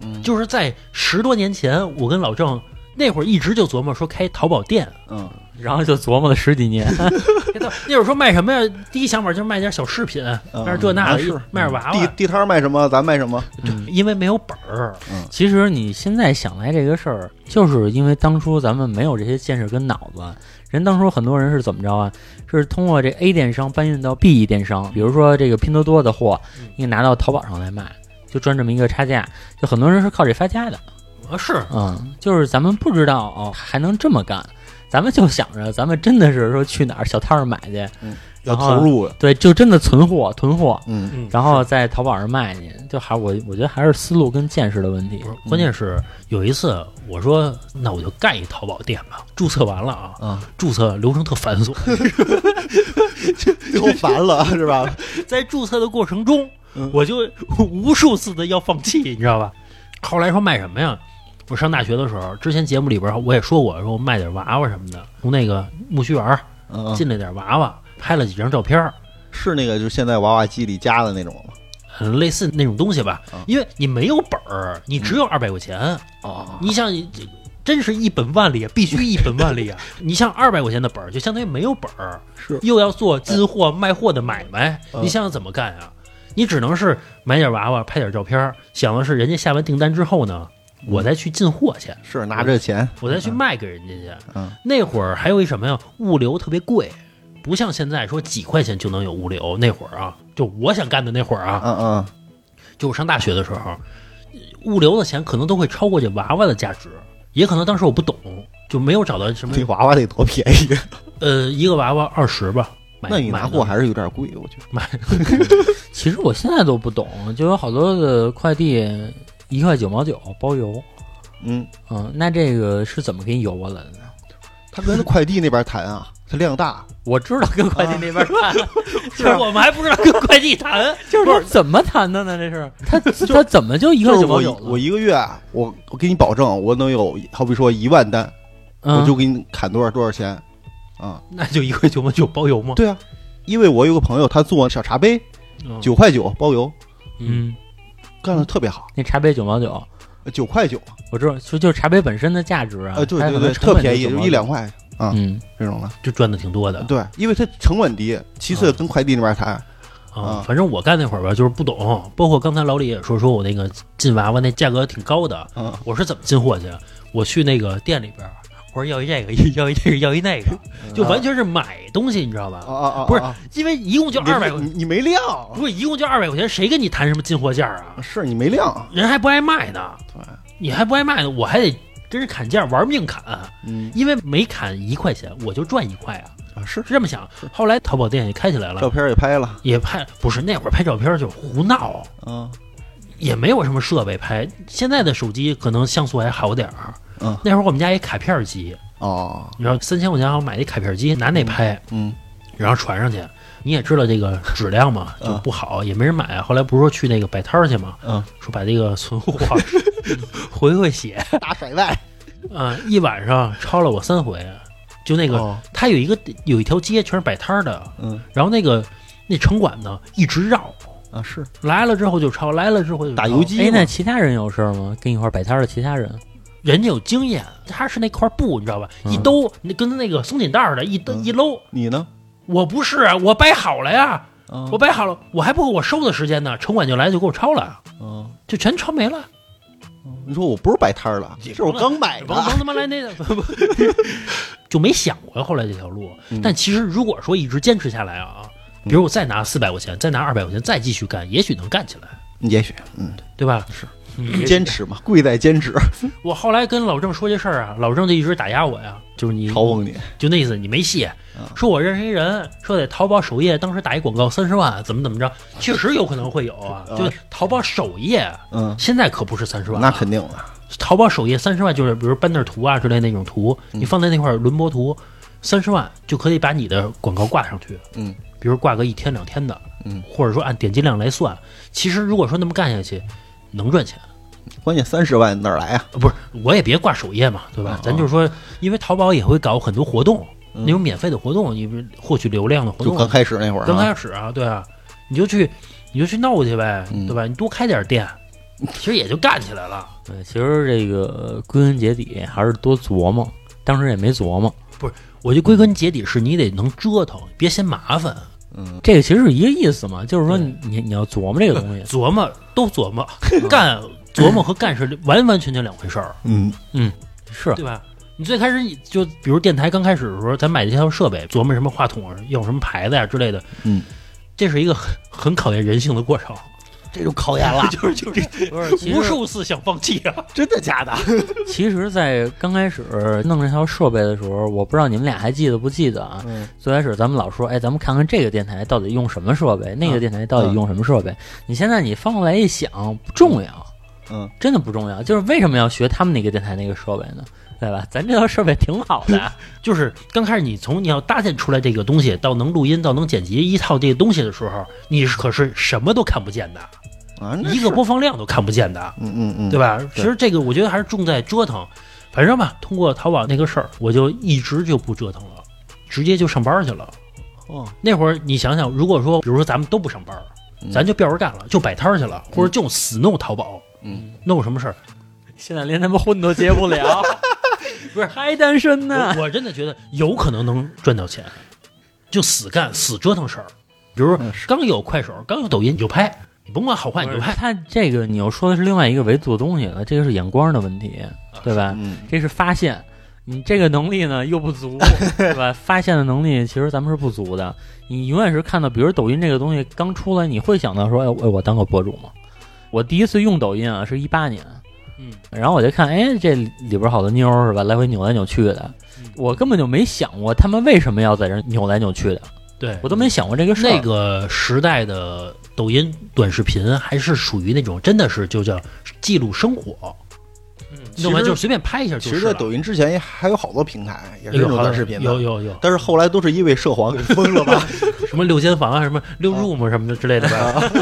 S4: 嗯
S3: 就是在十多年前，我跟老郑那会儿一直就琢磨说开淘宝店，
S4: 嗯，
S2: [laughs] 然后就琢磨了十几年，
S3: 那会儿说卖什么呀？第一想法就是卖点小饰品，卖点这那的，
S4: 嗯是嗯
S3: 卖点娃
S4: 地
S3: 娃，
S4: 地摊儿卖什么，咱卖什么，
S3: 因为没有本儿，
S2: [laughs] 其实你现在想来这个事儿，就是因为当初咱们没有这些见识跟脑子。人当初很多人是怎么着啊？是通过这 A 电商搬运到 B 电商，比如说这个拼多多的货，你拿到淘宝上来卖，就赚这么一个差价。就很多人是靠这发家的。
S3: 啊是
S2: 嗯，就是咱们不知道哦，还能这么干。咱们就想着，咱们真的是说去哪儿小摊儿买去，
S4: 要
S2: 然后
S4: 投入，
S2: 对，就真的存货囤货，
S4: [laughs] 嗯
S3: 嗯
S2: 然后在淘宝上卖去。就还我我觉得还是思路跟见识的问题
S3: 不。是，关键是有一次我说，那我就盖一淘宝店吧。注册完了啊，
S4: 啊，
S3: 注册流程特繁
S4: [laughs]
S3: 琐，
S4: 最后烦了是吧？
S3: 在注册的过程中
S4: 嗯，
S3: 我就无数次的要放弃，你知道吧？后来说卖什么呀？我上大学的时候，之前节目里边我也说过，说我卖点娃娃什么的，从那个木须园儿
S4: [laughs] 嗯，
S3: 进了点娃娃，拍了几张照片儿，
S4: 是那个就现在娃娃机里加的那种吗？
S3: 呃类似那种东西吧
S4: 嗯。
S3: 因为你没有本儿，你只有二百块钱，
S4: 哦，
S3: 你想，你真是一本万利啊，必须一本万
S4: [laughs]
S3: 利啊！你像二百块钱的本儿，就相当于没有本儿，
S4: 是哎
S3: 又要做进货卖货的买卖，
S4: 嗯
S3: 你想想怎么干啊？你只能是买点娃娃，拍点照片儿，想的是人家下完订单之后呢，我再去进货去，
S4: 是拿着钱，
S3: 我再去卖给人家去。
S4: 嗯
S3: 那会儿还有一什么呀？物流特别贵，不像现在说几块钱就能有物流。那会儿啊，就我想干的那会儿啊，
S4: 嗯嗯，
S3: 就我上大学的时候，物流的钱可能都会超过这娃娃的价值，也可能当时我不懂，就没有找到什么
S4: 这娃娃得多便宜，
S3: 呃一个娃娃二十吧。买
S4: 那你
S3: 买
S4: 拿
S3: 的
S4: 货还是有点贵，我觉得。
S2: 其实我现在都不懂，就有好多的快递一块九毛九包邮。
S4: 嗯，
S2: 嗯，那这个是怎么给你邮过来的呢？
S4: 他跟快递那边谈啊，他量大，
S2: 我知 [laughs] 道跟快递那边谈，
S3: 就是 [laughs] 我们还不知道跟快递
S4: [laughs]
S3: 谈，
S2: 就是怎么谈的呢？这是他他怎么 [laughs] 就一块
S4: 就是
S2: 九毛
S4: 我
S2: 九
S4: 我一个月啊，我我给你保证，我能有好比说一万单，
S2: 我
S4: 我就给你砍多少多少钱啊、
S3: 那就一块九毛九包邮吗？
S4: 对啊，因为我有个朋友，他做小茶杯，
S3: 嗯
S4: 九块九包邮，
S2: 嗯，
S4: 干的特别好，
S2: 那茶杯九毛九，
S4: 九块九，
S2: 我知道，就就是茶杯本身的价值啊，
S4: 呃，对
S2: 它可
S4: 对
S2: 能
S4: 对，
S2: 成
S4: 特
S2: 本
S4: 便宜，
S2: 9
S4: 就
S2: 毛
S4: 一两块啊
S2: 嗯，
S4: 这种的。
S3: 就赚的挺多的。
S4: 对，因为它成本低，其次跟快递那边谈，
S3: 啊
S4: 啊，
S3: 反正我干那会儿吧，就是不懂，包括刚才老李也说，说我那个进娃娃那价格挺高的，
S4: 嗯，
S3: 我是怎么进货去？我去那个店里边儿，我说要一这个， [laughs] 要一这个，要一那个，就完全是买东西，你知道
S4: 嗯啊
S3: 吧？
S4: 啊啊，
S3: 不是
S4: 啊，
S3: 因为一共就
S4: 你
S3: 二百块，
S4: 你你没量，
S3: 不是一共就二百块钱，谁跟你谈什么进货价啊？
S4: 是你没量，
S3: 人还不爱卖呢，
S4: 对，
S3: 你还不爱卖呢，我还得真是砍价，玩命砍，
S4: 嗯，
S3: 因为每砍一块钱我就赚一块啊，
S4: 啊是，
S3: 是这么想。后来淘宝店也开起来
S4: 照
S3: 了，
S4: 片也拍了，
S3: 也拍不是那会儿拍照片就胡闹。
S4: 嗯
S3: 也没有什么设备拍，现在的手机可能像素还好点儿。
S4: 嗯，
S3: 那会儿我们家一卡片机，
S4: 哦，
S3: 你知道三千块钱好像买一卡片机，拿那拍，
S4: 嗯
S3: 然后传上去。你也知道这个质量嘛，就
S4: 嗯
S3: 不好，也没人买。后来不是说去那个摆摊儿去嘛，
S4: 嗯，
S3: 说把这个存货回回
S4: [laughs]
S3: 血，
S4: 打甩卖，
S3: 啊，一晚上抄了我三回。就那个，
S4: 哦
S3: 它有一个有一条街全是摆摊儿的，
S4: 嗯
S3: 然后那个那城管呢一直绕，
S4: 啊是
S3: 来了之后就抄，来了之后就
S4: 打
S3: 抄
S4: 游击
S2: 哎，
S4: 嘛
S2: 那其他人有事儿吗？跟一块儿摆摊儿的其他人，
S3: 人家有经验，他是那块布，你知道吧？
S2: 嗯
S3: 一兜，那跟那个松紧带儿的，一兜
S4: 嗯
S3: 一搂。
S4: 你呢？
S3: 我不是啊，我掰好了呀，
S4: 啊
S3: 我掰好了，我还不够我收的时间呢，城管就来就给我抄了，
S4: 嗯，
S3: 就全抄没了。
S4: 你说我不是摆摊儿了，这是我刚买的
S3: 王，王他妈来那个， [laughs] 就没想过后来这条路。
S4: 嗯
S3: 但其实如果说一直坚持下来啊，比如我再拿四百块钱，再拿二百块钱，再继续干，也许能干起来，
S4: 也许嗯，
S3: 对吧？
S4: 坚持嘛，贵在坚持，
S3: 我后来跟老郑说这事儿啊，老郑就一直打压我呀，就是你
S4: 嘲讽嗯你，
S3: 就那意思，你没戏。说我认识一人，说在淘宝首页当时打一广告三十万，怎么怎么着，确实有可能会有啊。
S4: 啊
S3: 就淘宝首页，
S4: 嗯，
S3: 现在可不是三十万、啊，
S4: 那肯定的，
S3: 淘宝首页三十万就是比如 banner 图啊之类那种图，你
S4: 嗯
S3: 放在那块儿轮播图，三十万就可以把你的广告挂上去。
S4: 嗯，
S3: 比如挂个一天两天的，
S4: 嗯，
S3: 或者说按点击量来算，其实如果说那么干下去，能赚钱。
S4: 关键三十万哪儿来啊？
S3: 呃不是，我也别挂首页嘛，对吧？咱就是说，因为淘宝也会搞很多活动，那种免费的活动，你不是获取流量的活
S4: 嗯就
S3: 动
S4: 刚
S3: 啊，
S4: 开始那会儿啊，
S3: 刚开始啊，对啊，你就去，你就去闹去呗，
S4: 嗯
S3: 对吧？你多开点
S4: [laughs]
S3: 店，其实也就干起来了。
S2: 对，其实这个归根结底还是多琢磨，当时也没琢磨，
S3: 我觉得归根结底是你得能折腾，别嫌麻烦，
S4: 嗯，
S2: 这个其实是一个意思嘛，就是说你你你要琢磨这个
S3: [laughs]
S2: 东西，
S3: 琢磨都琢
S4: [laughs]
S3: 磨，干琢磨和干是完完全全两回事儿，
S4: 嗯
S2: 是
S3: 对吧？你最开始你就比如电台刚开始的时候，咱买这套设备，琢磨什么话筒啊，用什么牌子呀、之类的，
S4: 嗯，
S3: 这是一个很很考验人性的过程。
S4: 这 [laughs] 就考验了，
S3: 就是就是
S2: 不是其
S3: 无
S2: 实
S3: 数次想放弃啊！ [laughs]
S4: 真的假的？
S2: 其实，在刚开始弄这套设备的时候，我不知道你们俩还记得不记得啊？
S4: 嗯
S2: 最开始咱们老说，哎，咱们看看这个电台到底用什么设备，那个电台到底用什么设备。你现在你翻过来一想，不重要，
S4: 嗯，
S2: 真的不重要。就是为什么要学他们那个电台那个设备呢？对吧？咱这套设备挺好的，
S3: 就是刚开始你从你要搭建出来这个东西，到能录音，到能剪辑一套这个东西的时候，你是可是什么都看不见的，
S4: 啊，那
S3: 一
S4: 是
S3: 个播放量都看不见的，
S4: 嗯嗯嗯，
S3: 对
S4: 吧？
S3: 吧？其实这个我觉得还是重在折腾。反正吧，通过淘宝那个事儿，我就一直就不折腾了，直接就上班去了。
S4: 哦，
S3: 那会儿你想想，如果说比如说咱们都不上班，咱就吊着干了，就摆摊儿去了，或者就死弄淘宝，
S4: 嗯，
S3: 弄什么
S4: [laughs]
S3: 事儿？
S2: 现在连他们婚都结不 [laughs] 了，不是还单身呢？
S3: 我我真的觉得有可能能赚到钱，就死干死折腾事儿。比如说
S4: 嗯是
S3: 刚有快手，刚有抖音，你就拍，你甭管好坏你就
S2: 不是
S3: 拍。
S2: 他这个你又说的是另外一个维度的东西了，这个是眼光的问题，对吧？
S4: 嗯
S2: 啊这是发现，你这个能力呢又不 [laughs] 足，对吧？发现的能力其实咱们是不足的。你永远是看到，比如抖音这个东西刚出来，你会想到说，哎，我我当个博主吗？我第一次用抖音啊，是一八年，
S3: 嗯，
S2: 然后我就看，哎，这里边好多妞儿是吧，来回扭来扭去的，我根本就没想过他们为什么要在这儿扭来扭去的，
S3: 对啊
S2: 我，都没想过这个事儿。
S3: 那个时代的抖音短视频还是属于那种真的是就叫记录生活，
S2: 嗯
S3: 你懂吗？
S4: 其实
S3: 就是随便拍一下就
S4: 其
S3: 是
S4: 实，
S3: 了。
S4: 在抖音之前也还有好多平台也是
S3: 有
S4: 那种
S3: 哎好
S4: 短
S3: 的
S4: 视频
S3: 有
S4: 的，
S3: 有有
S4: 但是后来都是因为涉黄给封了吧？
S3: 什么六间房啊，什么六 room 什么的之类的吧。 [laughs]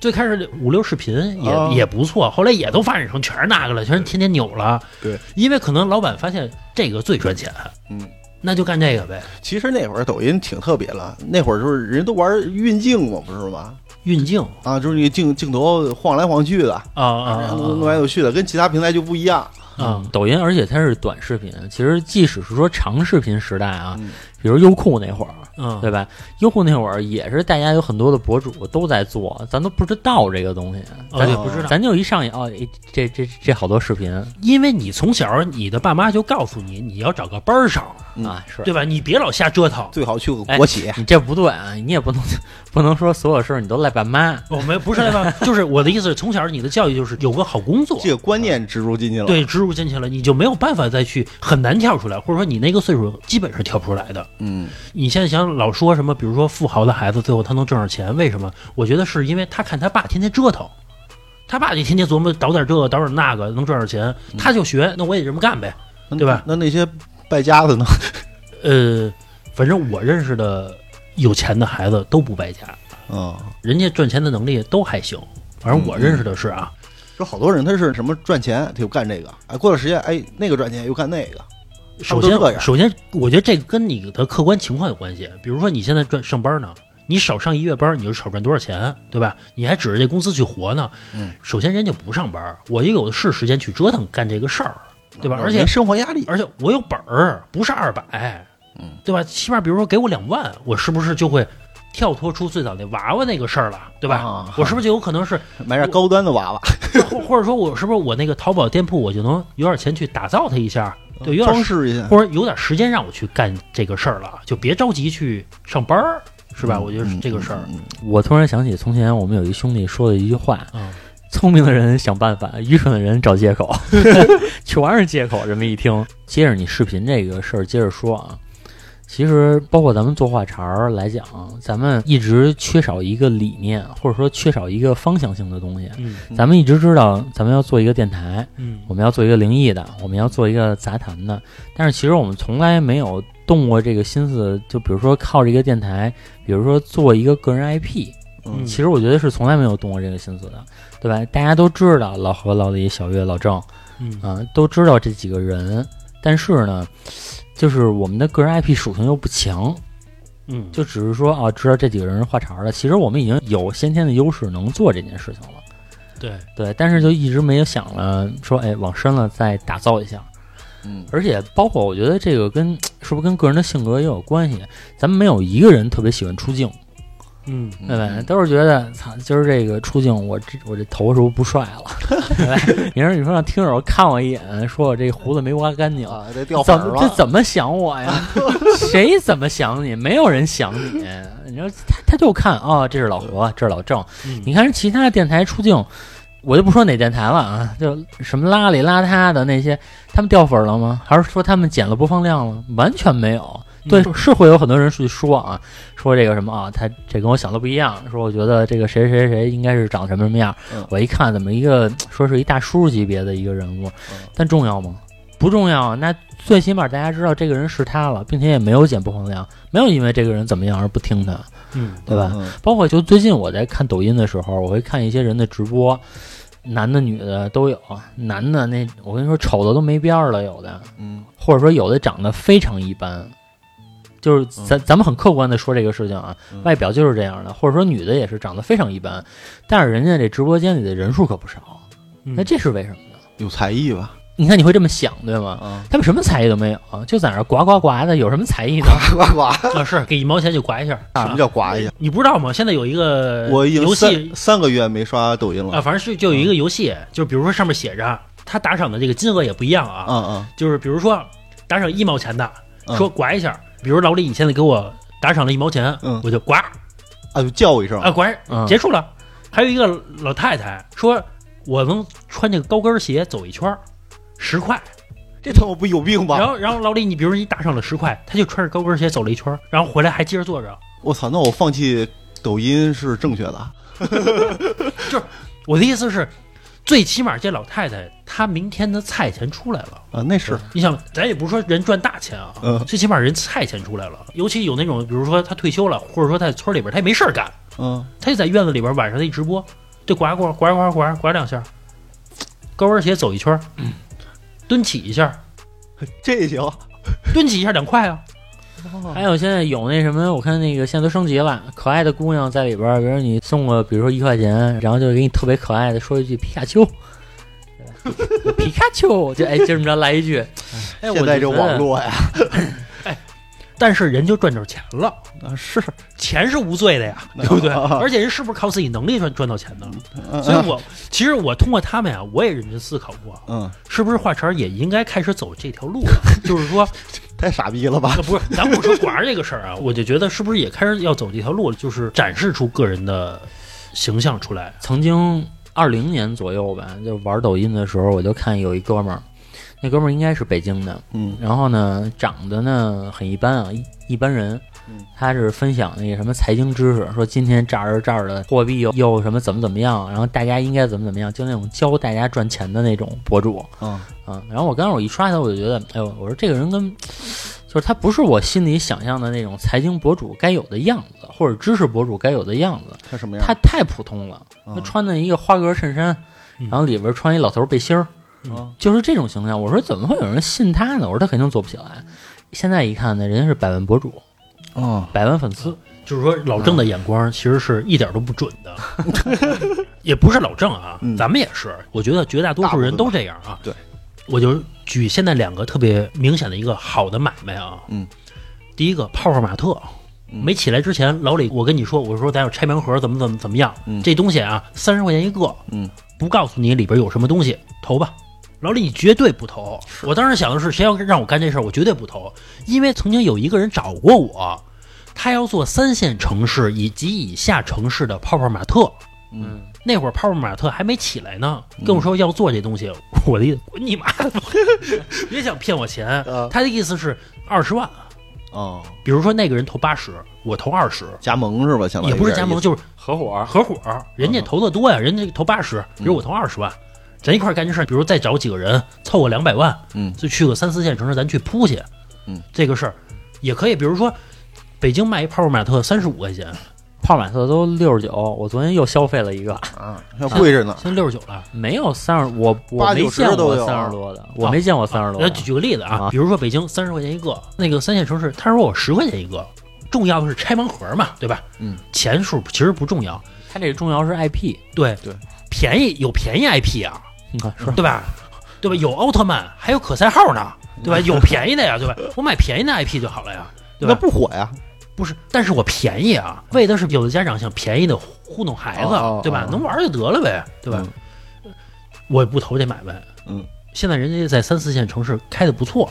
S3: 最开始五六视频也、
S4: 啊
S3: 也不错，后来也都发展成全是那个了，全是天天扭了。
S4: 对，
S3: 因为可能老板发现这个最赚钱，
S4: 嗯，
S3: 那就干这个呗。
S4: 其实那会儿抖音挺特别了，那会儿就是人都玩运镜嘛，不是吗？
S3: 运镜
S4: 啊，就是那个镜镜头晃来晃去的，
S3: 啊啊啊
S4: 哎弄来弄去的，跟其他平台就不一样。
S3: 啊啊！
S2: 嗯抖音，而且它是短视频。其实即使是说长视频时代啊，
S4: 嗯
S2: 比如优酷那会儿，
S3: 嗯
S2: 对吧？优酷那会儿也是大家有很多的博主都在做，咱都不知道这个东西，
S3: 哦，
S2: 咱
S3: 对，
S4: 就
S3: 不知道，
S2: 咱就一上瘾哦，这这这这好多视频
S3: 因为你从小你的爸妈就告诉你，你要找个班儿上，
S4: 嗯
S2: 啊，是
S3: 对吧？你别老瞎折腾。
S4: 最好去个
S2: 哎
S4: 国企，
S2: 你这不对啊，你也不能 [laughs] 不能说所有事儿你都赖爸妈。
S3: 我们不是来 [laughs] 吧？就是我的意思，从小你的教育就是有个好工作，
S4: 这个观念植入进去了。，
S3: 对，植入进去了，你就没有办法再去很难跳出来，或者说你那个岁数基本是跳不出来的。
S4: 嗯，
S3: 你现在想老说什么，比如说富豪的孩子最后他能挣着钱，为什么？我觉得是因为他看他爸天天折腾，他爸就天天琢磨倒点这个倒点那个能挣着钱，他就学，那我也这么干呗。对吧
S4: 那？那那些败家子呢？
S3: 呃，反正我认识的有钱的孩子都不败家，
S4: 嗯，
S3: 人家赚钱的能力都还行。反正我认识的是啊，
S4: 说好多人他是什么赚钱，他就干这个，哎，过段时间哎那个赚钱又干那个，
S3: 首
S4: 嗯他们都这
S3: 先，
S4: 样
S3: 首先，我觉得这跟你的客观情况有关系。比如说，你现在赚上班呢，你少上一月班，你就少赚多少钱，对吧？你还指着这工资去活呢。
S4: 嗯，
S3: 首先人家不上班，我也有的是时间去折腾干这个事儿，对吧？而且
S4: 没嗯生活压力，
S3: 而且我有本儿，不是二百，
S4: 嗯，
S3: 对吧？起码比如说给我两万，我是不是就会跳脱出最早那娃娃那个事儿了，对吧？
S4: 啊
S3: 我是不是就有可能是，
S4: 买点高端的娃娃，
S3: 或或者说我是不是我那个淘宝店铺我就能有点钱去打造它一下，对，有点
S4: 嗯装饰一下，
S3: 或者有点时间让我去干这个事儿了，就别着急去上班儿，是吧？我觉得是这个事儿
S4: 嗯，嗯
S2: 我突然想起从前我们有一兄弟说的一句话
S3: 嗯：“
S2: 聪明的人想办法，愚蠢的人找借口。”全是借口。这么一听，接着你视频这个事儿接着说啊。其实，包括咱们做话茬儿来讲，咱们一直缺少一个理念，或者说缺少一个方向性的东西。
S3: 嗯
S4: 嗯
S2: 咱们一直知道，咱们要做一个电台，
S3: 嗯
S2: 我们要做一个灵异的，我们要做一个杂谈的，但是其实我们从来没有动过这个心思，就比如说靠这个电台，比如说做一个个人 IP，
S4: 嗯
S2: 其实我觉得是从来没有动过这个心思的，对吧？大家都知道老何、老李、小岳、老郑，
S3: 嗯
S2: 啊、都知道这几个人，但是呢，就是我们的个人 IP 属性又不强，
S3: 嗯，
S2: 就只是说啊，知道这几个人是话茬儿的，其实我们已经有先天的优势能做这件事情了。
S3: 对，
S2: 对，但是就一直没有想了，说哎，往深了再打造一下。
S4: 嗯
S2: 而且包括我觉得这个跟是不是跟个人的性格也有关系，咱们没有一个人特别喜欢出镜，
S3: 嗯
S2: 对吧？都是觉得操，今儿这个出镜，我这我这头是不是不帅了？ [laughs] 对吧？你说你说让听友看我一眼，说我这胡子没刮干净。
S4: 啊，这掉粉
S2: 怎
S4: 儿
S2: 么这
S4: 了，
S2: 怎么想我呀？
S4: [laughs]
S2: 谁怎么想你？没有人想你。你说他他就看啊、这是老何，这是老郑，
S3: 嗯
S2: 你看其他电台出镜，我就不说哪电台了啊，就什么邋里邋遢的那些，他们掉粉了吗？还是说他们减了播放量了？完全没有。
S3: 嗯
S2: 对，是会有很多人去说啊，说这个什么啊，他这跟我想的不一样，说我觉得这个谁谁谁应该是长什么什么样，
S4: 嗯
S2: 我一看怎么一个说是一大叔级别的一个人物，但重要吗？不重要啊，那最起码大家知道这个人是他了，并且也没有减播放量，没有因为这个人怎么样而不听他，
S3: 嗯
S2: 对吧？
S4: 嗯？
S2: 包括就最近我在看抖音的时候，我会看一些人的直播，男的女的都有，男的那我跟你说丑的都没边儿了，有的，
S4: 嗯，
S2: 或者说有的长得非常一般，就是咱、咱们很客观的说这个事情啊，
S4: 嗯
S2: 外表就是这样的，或者说女的也是长得非常一般，但是人家这直播间里的人数可不少，
S3: 嗯
S2: 那这是为什么呢？
S4: 有才艺吧？
S2: 你看你会这么想对吗？
S4: 啊，
S2: 他们什么才艺都没有，啊就在那儿呱呱呱的，有什么才艺呢？
S4: [laughs] 刮刮，
S3: 啊是给一毛钱就刮一下，
S4: 嗯什么叫刮一下？
S3: 你不知道吗？现在有一个
S4: 啊我已经
S3: 游戏
S4: 三三个月没刷抖音
S3: 啊，
S4: 了。
S3: 反正是就有一个游戏，就比如说上面写着他打赏的这个金额也不一样啊，
S4: 嗯嗯，
S3: 就是比如说啊打赏一毛钱的，
S4: 嗯
S3: 说刮一下，比如老李你现在给我打赏了一毛钱，
S4: 嗯
S3: 我就刮
S4: 啊，就叫我一声
S3: 啊，刮
S2: 嗯
S3: 结束了。还有一个老太太说，我能穿这个高跟鞋走一圈儿，十块。
S4: 这他妈不有病
S3: 然
S4: 吧？
S3: 后，然后老李，你比如说你打赏了十块，他就穿着高跟鞋走了一圈儿，然后回来还接着坐着。
S4: 我操，那我放弃抖音是正确的，啊
S3: 我的意思是，最起码这老太太她明天的菜钱出来了。
S4: 啊，那是
S3: 你想，咱也不是说人赚大钱啊，
S4: 嗯
S3: 最起码人菜钱出来了。尤其有那种，比如说他退休了，或者说他在村里边他也没事儿干，
S4: 嗯，
S3: 他就在院子里边晚上他一直播，就呱呱呱呱呱呱两下，高跟鞋走一圈儿，蹲起一下，
S4: 这行，
S3: 蹲起一下两块啊，
S2: 还有现在有那什么，我看那个现在都升级了，可爱的姑娘在里边儿，比如你送个，比如说一块钱，然后就给你特别可爱的说一句皮卡丘，皮卡丘，就哎就这么着来一句，哎，
S4: [laughs] 现在这
S2: 我就觉得
S4: 网络呀，
S3: 但是人就赚着钱了。
S4: 啊是，
S3: 钱是无罪的
S4: [laughs]
S3: 呀，对不对？而且人是不是靠自己能力赚赚到钱的？
S4: 嗯
S3: 所以
S4: [laughs]
S3: 我其实我通过他们呀，我也认真思考过，
S4: 嗯，
S3: 是不是华晨也应该开始走这条路了？ [laughs] 就是说，
S4: 太傻逼了吧？
S3: 呃不是，咱不说广儿这个事儿啊，我就觉得是不是也开始要走这条路了？就是展示出个人的形象出来。
S2: 曾经二零年左右吧，就玩抖音的时候，我就看有一哥们儿，那哥们儿应该是北京的，
S4: 嗯
S2: 然后呢长得呢很一般啊，一一般人
S4: 嗯。
S2: 他是分享那个什么财经知识，说今天这儿这儿的货币又又什么怎么怎么样，然后大家应该怎么怎么样，就那种教大家赚钱的那种博主。
S4: 嗯
S2: 啊，然后我刚才我一刷他，我就觉得，哎呦，我说这个人跟，就是他不是我心里想象的那种财经博主该有的样子，或者知识博主该有的样子，
S4: 他什么样？
S2: 他太普通了。他
S4: 嗯
S2: 穿的一个花格衬衫，
S3: 嗯
S2: 然后里边穿一老头背心儿，
S4: 嗯
S2: 就是这种形象。我说怎么会有人信他呢？我说他肯定做不起来。现在一看呢，人家是百万博主，
S4: 哦，
S2: 百万粉丝，
S3: 就是说，老郑的眼
S4: 啊
S3: 光其实是一点都不准的， [laughs] 也不是老郑啊，
S4: 嗯
S3: 咱们也是。我觉得绝大多数人都这样啊。
S4: 对，
S3: 我就举现在两个特别明显的一个好的买卖啊。
S4: 嗯，
S3: 第一个泡泡玛特，
S4: 嗯
S3: 没起来之前，老李我跟你说，我说咱有拆盲盒，怎么怎么怎么样，
S4: 嗯
S3: 这东西啊三十块钱一个，
S4: 嗯，
S3: 不告诉你里边有什么东西，投吧。老李，你绝对不投。我当时想的是，谁要让我干这事儿，我绝对不投，因为曾经有一个人找过我，他要做三线城市以及以下城市的泡泡玛特。
S4: 嗯，
S3: 那会儿泡泡玛特还没起来呢，跟我说要做这东西，我的意思滚你妈的， [laughs] 别想骗我钱
S4: 啊。
S3: 他的意思是二十万，
S4: 哦，
S3: 比如说那个人投八十，我投二十，
S4: 加盟是吧？相当于
S3: 也不是加盟，
S4: 这
S3: 就是
S2: 合伙
S3: 合伙儿，人家投的多呀，人家投八十，比如我投二十万，咱一块儿干这事儿，比如再找几个人凑个两百万，
S4: 嗯
S3: 就去个三四线城市，咱去铺去，
S4: 嗯，
S3: 这个事儿也可以，比如说北京卖一泡泡玛特三十五块钱，
S2: 泡玛特都六十九，我昨天又消费了一个，
S4: 意思啊，要贵着呢。
S3: 现在六十九了。
S2: 没有三十，我我
S4: 八
S2: 没
S4: 九十
S2: 见
S4: 都
S2: 过
S4: 有
S2: 三十多的，我没见过三十多
S3: 来
S2: 的。
S3: 举个例子啊
S2: 啊，
S3: 比如说北京三十块钱一个，那个三线城市，他说我十块钱一个，重要的是拆盲盒嘛，对吧？
S4: 嗯，
S3: 钱数其实不重要，
S2: 他这个重要是 IP，
S3: 对
S4: 对，
S3: 便宜有便宜 IP 啊，
S4: 嗯
S2: 你看说
S3: 对吧？对吧？有奥特曼，还有可赛号呢，对吧？有便宜的呀，对吧？我买便宜的 IP 就好了呀，对
S4: 那
S3: 吧？
S4: 不火呀？
S3: 不是，但是我便宜啊，为的是有的家长想便宜的糊弄孩子，
S4: 哦哦
S3: 对吧？
S4: 哦
S3: 能玩就得了呗，对吧？我不投这买卖，
S4: 嗯，
S3: 现在人家在三四线城市开的不错，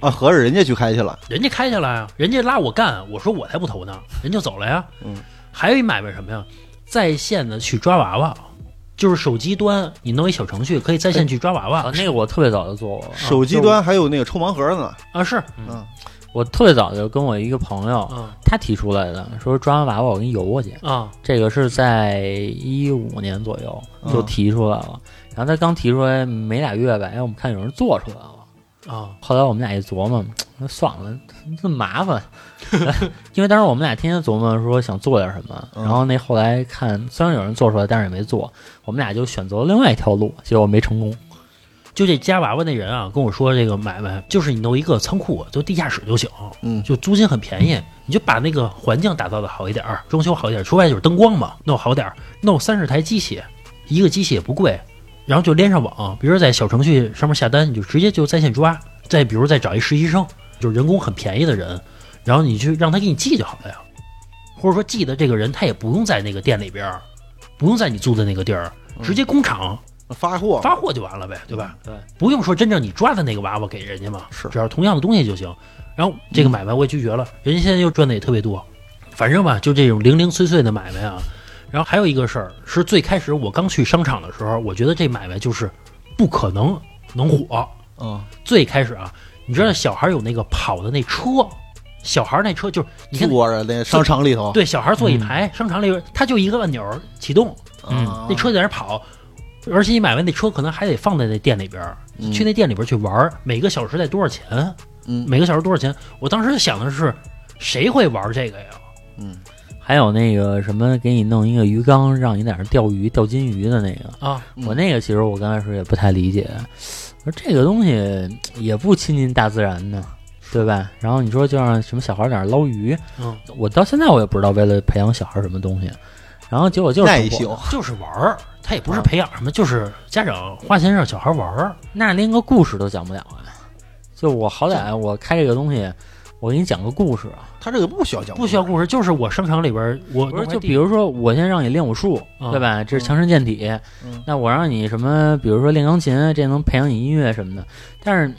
S4: 啊，合着人家去开去了。
S3: 人家开下来啊，人家拉我干，我说我才不投呢，人就走了呀。
S4: 嗯，
S3: 还有一买卖什么呀？在线的去抓娃娃，就是手机端你弄一小程序，可以在线去抓娃娃
S2: 啊，那个我特别早就做过了，
S4: 手机端还有那个抽盲盒呢，
S3: 啊。是，
S4: 嗯，
S2: 我特别早就跟我一个朋友，
S3: 嗯
S2: 他提出来的，说抓完娃娃我给你邮过去。
S3: 啊，
S2: 这个是在一五年左右
S4: 嗯
S2: 就提出来了，然后他刚提出来没俩月吧，哎，我们看有人做出来了。
S3: 啊，
S2: 后来我们俩一琢磨，那算了，这么麻
S4: [laughs]
S2: 烦，因为当时我们俩天天琢磨说想做点什么，
S4: 嗯
S2: 然后那后来看虽然有人做出来，但是也没做，我们俩就选择了另外一条路，结果没成功。
S3: 就这夹娃娃那人啊，跟我说这个买卖，就是你弄一个仓库，就地下室就行，
S4: 嗯
S3: 就租金很便宜，你就把那个环境打造的好一点儿，装修好一点儿，除外就是灯光嘛，弄好点儿，弄三十台机器，一个机器也不贵，然后就连上网，比如说在小程序上面下单，你就直接就在线抓，再比如再找一实习生，就是人工很便宜的人，然后你去让他给你寄就好了呀，或者说寄的这个人他也不用在那个店里边儿，不用在你租的那个地儿，直接工厂
S4: 发货
S3: 发货就完了呗，对吧？
S2: 对，
S3: 不用说真正你抓的那个娃娃给人家嘛，
S4: 嗯是嗯
S3: 只要同样的东西就行。然后这个买卖我也拒绝了，人家现在又赚的也特别多，反正吧，就这种零零碎碎的买卖啊。然后还有一个事儿是最开始我刚去商场的时候，我觉得这买卖就是不可能能火。
S4: 嗯
S3: 最开始啊，你知道小孩有那个跑的那车，小孩儿那车就是你看
S4: 坐着嗯那商场里头，
S3: 对小孩儿坐一排，商场里他就一个按钮儿启动，
S4: 啊
S3: 嗯那车在那儿跑，而且你买完那车可能还得放在那店里边儿，
S4: 嗯
S3: 去那店里边儿去玩儿，每个小时得多少钱？
S4: 嗯
S3: 每个小时多少钱？我当时想的是，谁会玩这个呀？
S4: 嗯
S2: 还有那个什么，给你弄一个鱼缸，让你在那儿钓鱼、钓金鱼的那个。
S3: 啊，
S4: 嗯
S2: 我那个其实我刚开始也不太理解，我说这个东西也不亲近大自然呢，对吧？然后你说就让什么小孩在那儿捞鱼，
S3: 嗯，
S2: 我到现在我也不知道为了培养小孩什么东西，然后结果就是
S4: 耐
S2: 通
S4: 性
S2: 过，
S3: 就是玩儿，他也不是培养什么，就是家长花钱让小孩玩儿。
S2: 那连个故事都讲不了啊！就我好歹我开这个东西，我给你讲个故事啊，
S4: 他这个不需要讲究，
S3: 不需要故事，就是我商场里边儿，我
S2: 不是
S3: 弄块
S2: 就
S3: 地
S2: 比如说我先让你练武术，
S3: 啊
S2: 对吧？这是强身健体，
S4: 嗯
S2: 那我让你什么，比如说练钢琴，这能培养你音乐什么的。但是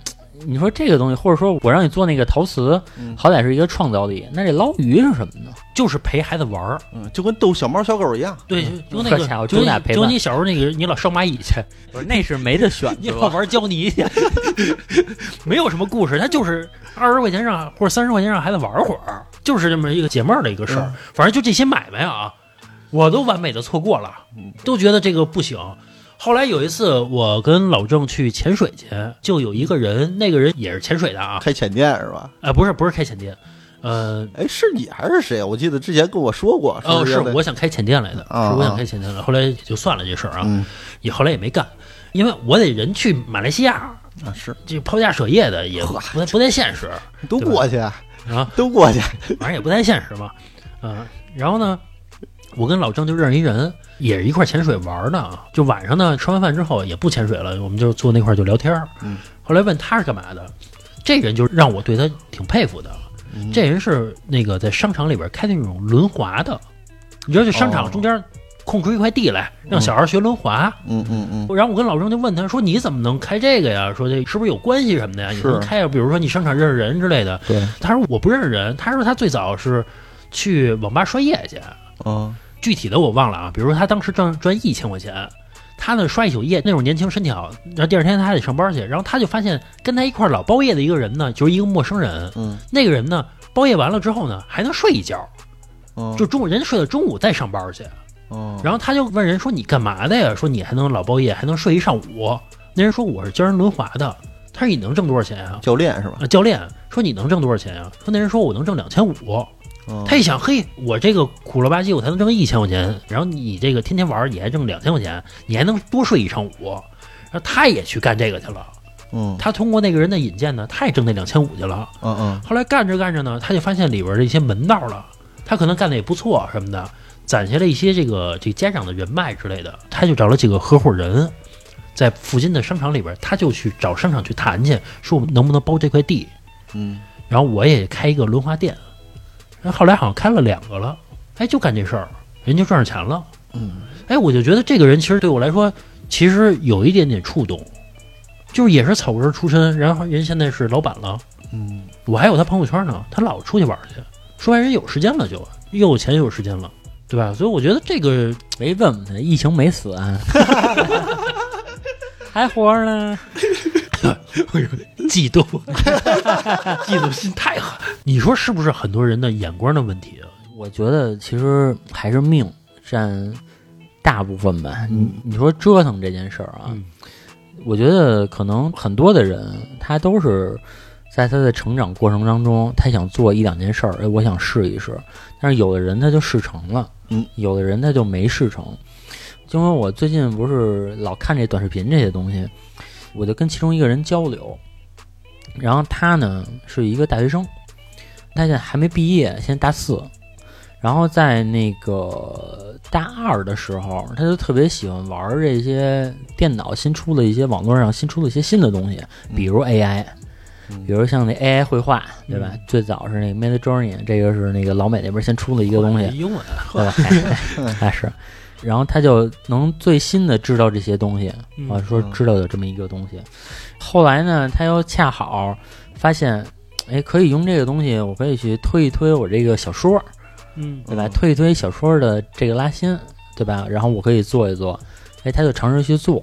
S2: 你说这个东西，或者说我让你做那个陶瓷，
S4: 嗯
S2: 好歹是一个创造力。那这捞鱼是什么呢？
S3: 就是陪孩子玩儿。嗯
S4: 嗯，就跟逗小猫小狗一样，
S3: 对，就那个
S2: 喝茶我
S3: 就
S2: 主打
S3: 你
S2: 陪伴
S3: 就你小时候那个，你老上蚂蚁去，
S2: 不是，那是没得选 [laughs]
S3: 你老玩胶泥去， [laughs] 没有什么故事，他就是二十块钱让或者三十块钱让孩子玩会儿，就是这么一个解闷儿的一个
S4: 嗯
S3: 事儿。反正就这些买卖啊，我都完美的错过了，
S4: 嗯
S3: 都觉得这个不行。后来有一次，我跟老郑去潜水去，就有一个人，那个人也是潜水的啊，
S4: 开浅店是吧？
S3: 呃，不是不是开潜店，呃
S4: 哎，是你还是谁？我记得之前跟我说过，
S3: 哦，
S4: 不
S3: 是
S4: 是
S3: 我想开潜店来的，
S4: 啊
S3: 是我想开潜店来的，后来也就算了这事儿啊，
S4: 嗯
S3: 也后来也没干，因为我得人去马来西亚，
S4: 啊，是
S3: 这抛家舍业的也不
S4: 呵
S3: 太不太现实，
S4: 都
S3: 对吧
S4: 过去
S3: 啊，
S4: 都
S3: [laughs]
S4: 过去，
S3: 反正也不太现实嘛。嗯、然后呢，我跟老郑就认识一人，也是一块潜水玩的。就晚上呢，吃完饭之后也不潜水了，我们就坐那块儿就聊天儿。
S4: 嗯
S3: 后来问他是干嘛的，这人就让我对他挺佩服的。
S4: 嗯
S3: 这人是那个在商场里边开那种轮滑的，你知道，就商场
S4: 哦
S3: 中间空出一块地来，让小孩学轮滑。
S4: 嗯嗯嗯，
S3: 然后我跟老郑就问他说：“你怎么能开这个呀？说这是不是有关系什么的呀？你
S4: 是
S3: 能开啊？比如说你商场认识人之类的。”
S4: 对，
S3: 他说我不认识人，他说他最早是去网吧刷夜去，
S4: 嗯
S3: 具体的我忘了啊。比如说他当时挣赚一千块钱，他呢刷一宿夜，那会儿年轻身体好，然后第二天他还得上班去，然后他就发现跟他一块儿老包夜的一个人呢，就是一个陌生人，
S4: 嗯
S3: 那个人呢包夜完了之后呢还能睡一觉，
S4: 嗯，
S3: 就中午人家睡到中午再上班去，
S4: 嗯
S3: 然后他就问人说你干嘛的呀？说你还能老包夜，还能睡一上午？那人说我是教人轮滑的，他说你能挣多少钱呀、
S4: 教练是吧？
S3: 啊，教练说你能挣多少钱呀、啊说那人说我能挣两千五，
S4: 嗯
S3: 他一想，嘿，我这个苦了吧唧，我才能挣一千块钱，然后你这个天天玩儿，你还挣两千块钱，你还能多睡一上午，然后他也去干这个去了。
S4: 嗯
S3: 他通过那个人的引荐呢，他也挣那两千五去了。
S4: 嗯嗯
S3: 后来干着干着呢，他就发现里边儿的一些门道了，他可能干的也不错什么的，攒下了一些这个这家长的人脉之类的，他就找了几个合伙人，在附近的商场里边儿，他就去找商场去谈去，说我们能不能包这块地，
S4: 嗯，
S3: 然后我也开一个轮滑店，然后后来好像开了两个了，哎，就干这事儿，人就赚着钱了。
S4: 嗯，
S3: 哎，我就觉得这个人其实对我来说，其实有一点点触动，就是也是草根儿出身，然后人现在是老板了。
S4: 嗯，
S3: 我还有他朋友圈呢，他老出去玩去，说白人有时间了就又有钱又有时间了，对吧？所以我觉得这个
S2: 没问问他，疫情没死 [laughs] 啊，还活着呢。
S3: 我有点嫉妒， [laughs] 嫉妒心太狠。你说是不是很多人的眼光的问题啊？
S2: 我觉得其实还是命占大部分吧。你你说折腾这件事儿啊，
S3: 嗯
S2: 我觉得可能很多的人他都是在他的成长过程当中，他想做一两件事儿，哎，我想试一试。但是有的人他就试成了，
S4: 嗯，
S2: 有的人他就没试成。因为我最近不是老看这短视频这些东西，我就跟其中一个人交流，然后他呢是一个大学生，他现在还没毕业，现在大四，然后在那个大二的时候，他就特别喜欢玩儿这些电脑新出的一些网络上新出的一些新的东西，比如 AI，、
S4: 嗯
S2: 比如像那 AI 绘画，对吧？最早是那个 Mid Journey，这个是那个老美那边先出的一个东西，
S3: 英文啊
S2: 对吧？哎
S3: [laughs]
S2: 哎是，然后他就能最新的知道这些东西
S3: 嗯
S2: 啊，说知道有这么一个东西。后来呢，他又恰好发现，哎，可以用这个东西，我可以去推一推我这个小说，
S3: 嗯
S2: 对吧？推一推小说的这个拉新，对吧？然后我可以做一做，哎，他就尝试去做，